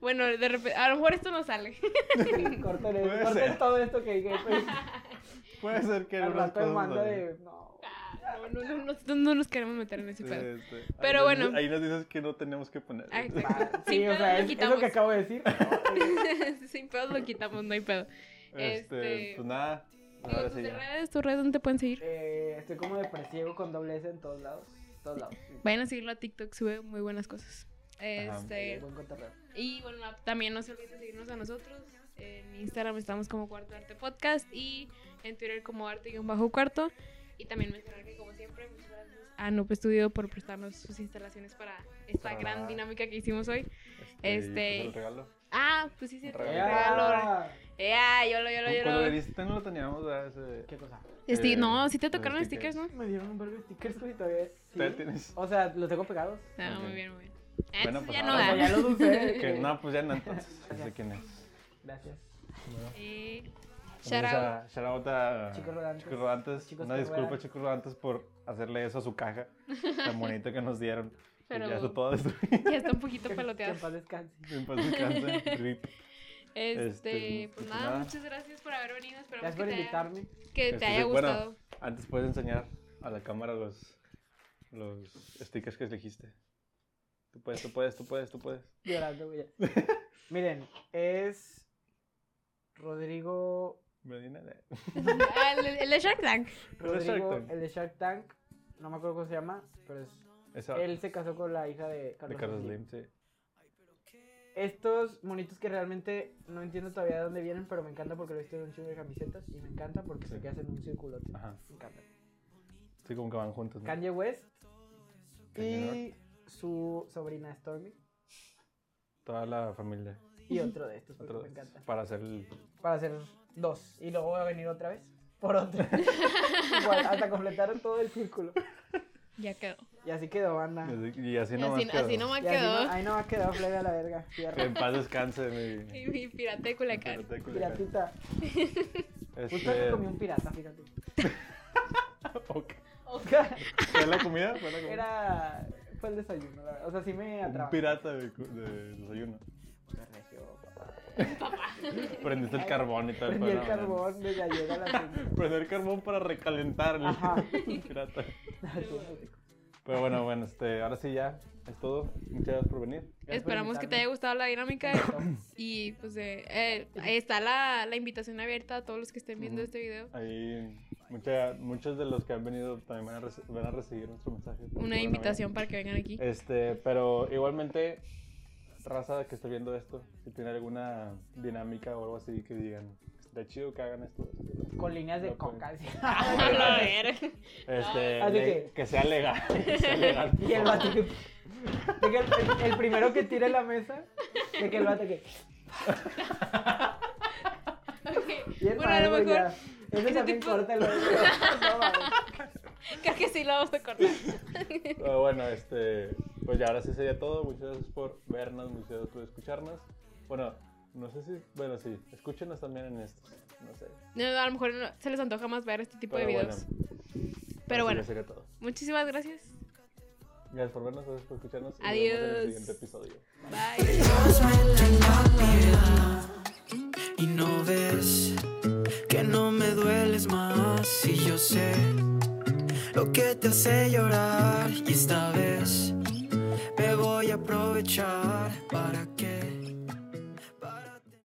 Bueno, de repente, a lo mejor esto no sale.
Sí, Corten el-
Puede
corten
ser.
todo esto que dije. Pues,
Puede ser que
al
unas
rato me
cosas
manda
salgan.
de. No.
Ah, No, no, no, nosotros no nos queremos meter en ese
Sí,
pedo.
este,
Pero
ahí
bueno.
nos- Ahí nos dices que no tenemos que poner.
Ah, exacto.
va, Sí,
Sin
o
pedos lo
sea, es, es lo
quitamos.
que acabo de decir.
Sin pedos lo quitamos, no hay pedo.
Este,
Este-
Pues nada.
Digo,
Ahora
tus
sí. ya.
redes, tus redes, ¿dónde te pueden seguir?
Eh, estoy como depresivo con doble S en todos lados. Todos lados.
Vayan a seguirlo a TikTok, sube muy buenas cosas. Este,
Buen cotorreo.
y bueno, también no se olviden de seguirnos a nosotros. En Instagram estamos como Cuarto Arte Podcast y en Twitter como Arte y un bajo cuarto. Y también mencionar que como siempre, muchas gracias a Noob Studio por prestarnos sus instalaciones para esta
Para
gran
nada.
dinámica que hicimos hoy.
¿qué
Este-
es pues, el regalo?
Ah, pues sí, cierto.
Regalo.
Regalo.
¡Ah!
Ya, Eh, yo lo, yo lo, yo
Cuando le
lo.
diste no lo teníamos, ¿verdad? Ese-
¿Qué cosa?
Esti-
eh,
no, sí te
los
tocaron stickers,
stickers.
¿no?
Me dieron un par de stickers, güey, todavía. sí.
¿Todavía tienes?
O sea, los tengo pegados.
Ah,
Ok.
muy bien, muy bien. Ah,
Bueno,
entonces
pues
ya
O
no
ahora
sea,
da.
ya los usé.
Que no, pues ya no, entonces. No sé quién es.
Gracias.
Eh, shout
Entonces,
out.
a- Shout out a
Chicos rodantes.
Chicos Rodantes.
Chicos
Una
que
disculpa,
ruedan.
Chicos Rodantes, por hacerle eso a su caja tan bonita que nos dieron. Y
Pero-
ya está todo esto.
Ya está un poquito
Que- Que en
peloteado.
paz descanse.
En paz descanse, rip.
Este,
Este,
pues
pues
nada,
nada.
muchas gracias por haber venido. Esperamos
Gracias
que
por
te, haya,
invitarme.
que te
Este,
haya
bueno,
gustado.
Antes puedes enseñar a la cámara los, los stickers que elegiste. Tú puedes, tú puedes, tú puedes, tú puedes.
Llorando, güey. Miren, es Rodrigo
Medina de-
Ah, el, el de Shark Tank.
de Shark
Rodrigo,
Tank.
el de Shark Tank, no me acuerdo cómo se llama, pero es,
Esa,
él se casó con la hija de
de
Carlos,
Carlos
Slim.
Slim, sí.
Estos monitos que realmente no entiendo todavía de dónde vienen, pero me encanta porque lo he visto en un chingo de camisetas y me encanta porque se
Sí. Ah.
que hacen un circulote.
Ajá.
Me encanta.
Sí, como que van juntos. ¿no?
Kanye West
Kanye
y su sobrina Stormy
Toda la familia.
y otro de estos, porque
Otro-
me encanta.
para hacer el.
Para hacer dos y luego voy a venir otra vez por otro. Igual, hasta completaron todo el círculo.
Ya quedó.
Y así quedó, banda.
Y así
Y
nomás.
así, así
quedó.
nomás
Y Ah. así no-
quedó.
ahí no me ha quedado Flavia a la verga.
Que en
Tierra.
paz descanse, mi.
Y mi pirata de Culiacán.
pirata de Culiacán.
Piratita. Justo
Este,
me comí un pirata, fíjate.
ok. ¿Fue la comida? ¿Fue la comida?
Era. Fue el desayuno, la verdad. O sea, sí me
Un
atrapó.
pirata de, cu- de desayuno. Prendiste el carbón y todo.
Prendí el
pedo, ¿no?
carbón desde ayer a la tienda.
Prender carbón para recalentar el
Ajá.
el pirata.
Gracias
Pero bueno, bueno, este, ahora sí ya es todo. Muchas gracias por venir.
por
Esperamos que te
invitarme.
haya gustado la dinámica. Y pues eh, eh, ahí está la, la invitación abierta a todos los que estén viendo
Ujú.
este video.
Ahí mucha- muchos de los que han venido también van a, rece- van a recibir nuestro mensaje. por
Una
correo.
invitación para que vengan aquí.
Este, pero igualmente, raza que esté viendo esto, si tiene alguna dinámica o algo así que digan, está chido que hagan esto. esto, esto".
Con líneas de
Lo pueden-
coca. así.
A la verga.
Este,
Así
le-
que-
que... sea legal. que sea legal, por
Y el
favor.
vato que. de que el, el primero que tire la mesa. De que el vato que.
Ok.
Y el
Bueno, a lo
vato ya.
mejor
Ese
ese
también
tipo-
corta el No, mames.
creo que sí lo vamos a cortar.
Pero bueno, este, pues ya ahora sí sería todo. Muchas gracias por vernos, muchas gracias por escucharnos. Bueno, no sé si, bueno, sí, escúchenos también en estos. No sé.
No, a lo mejor no- se les antoja más ver este tipo
Pero
de
bueno,
videos. Pero
ahora
bueno,
sí ya sería todo.
muchísimas gracias.
Gracias por vernos, gracias por escucharnos. y nos vemos en
Adiós.
el siguiente episodio.
Bye.
Y no ves que no me dueles más Y yo sé lo que te hace llorar Y esta vez me voy a aprovechar para que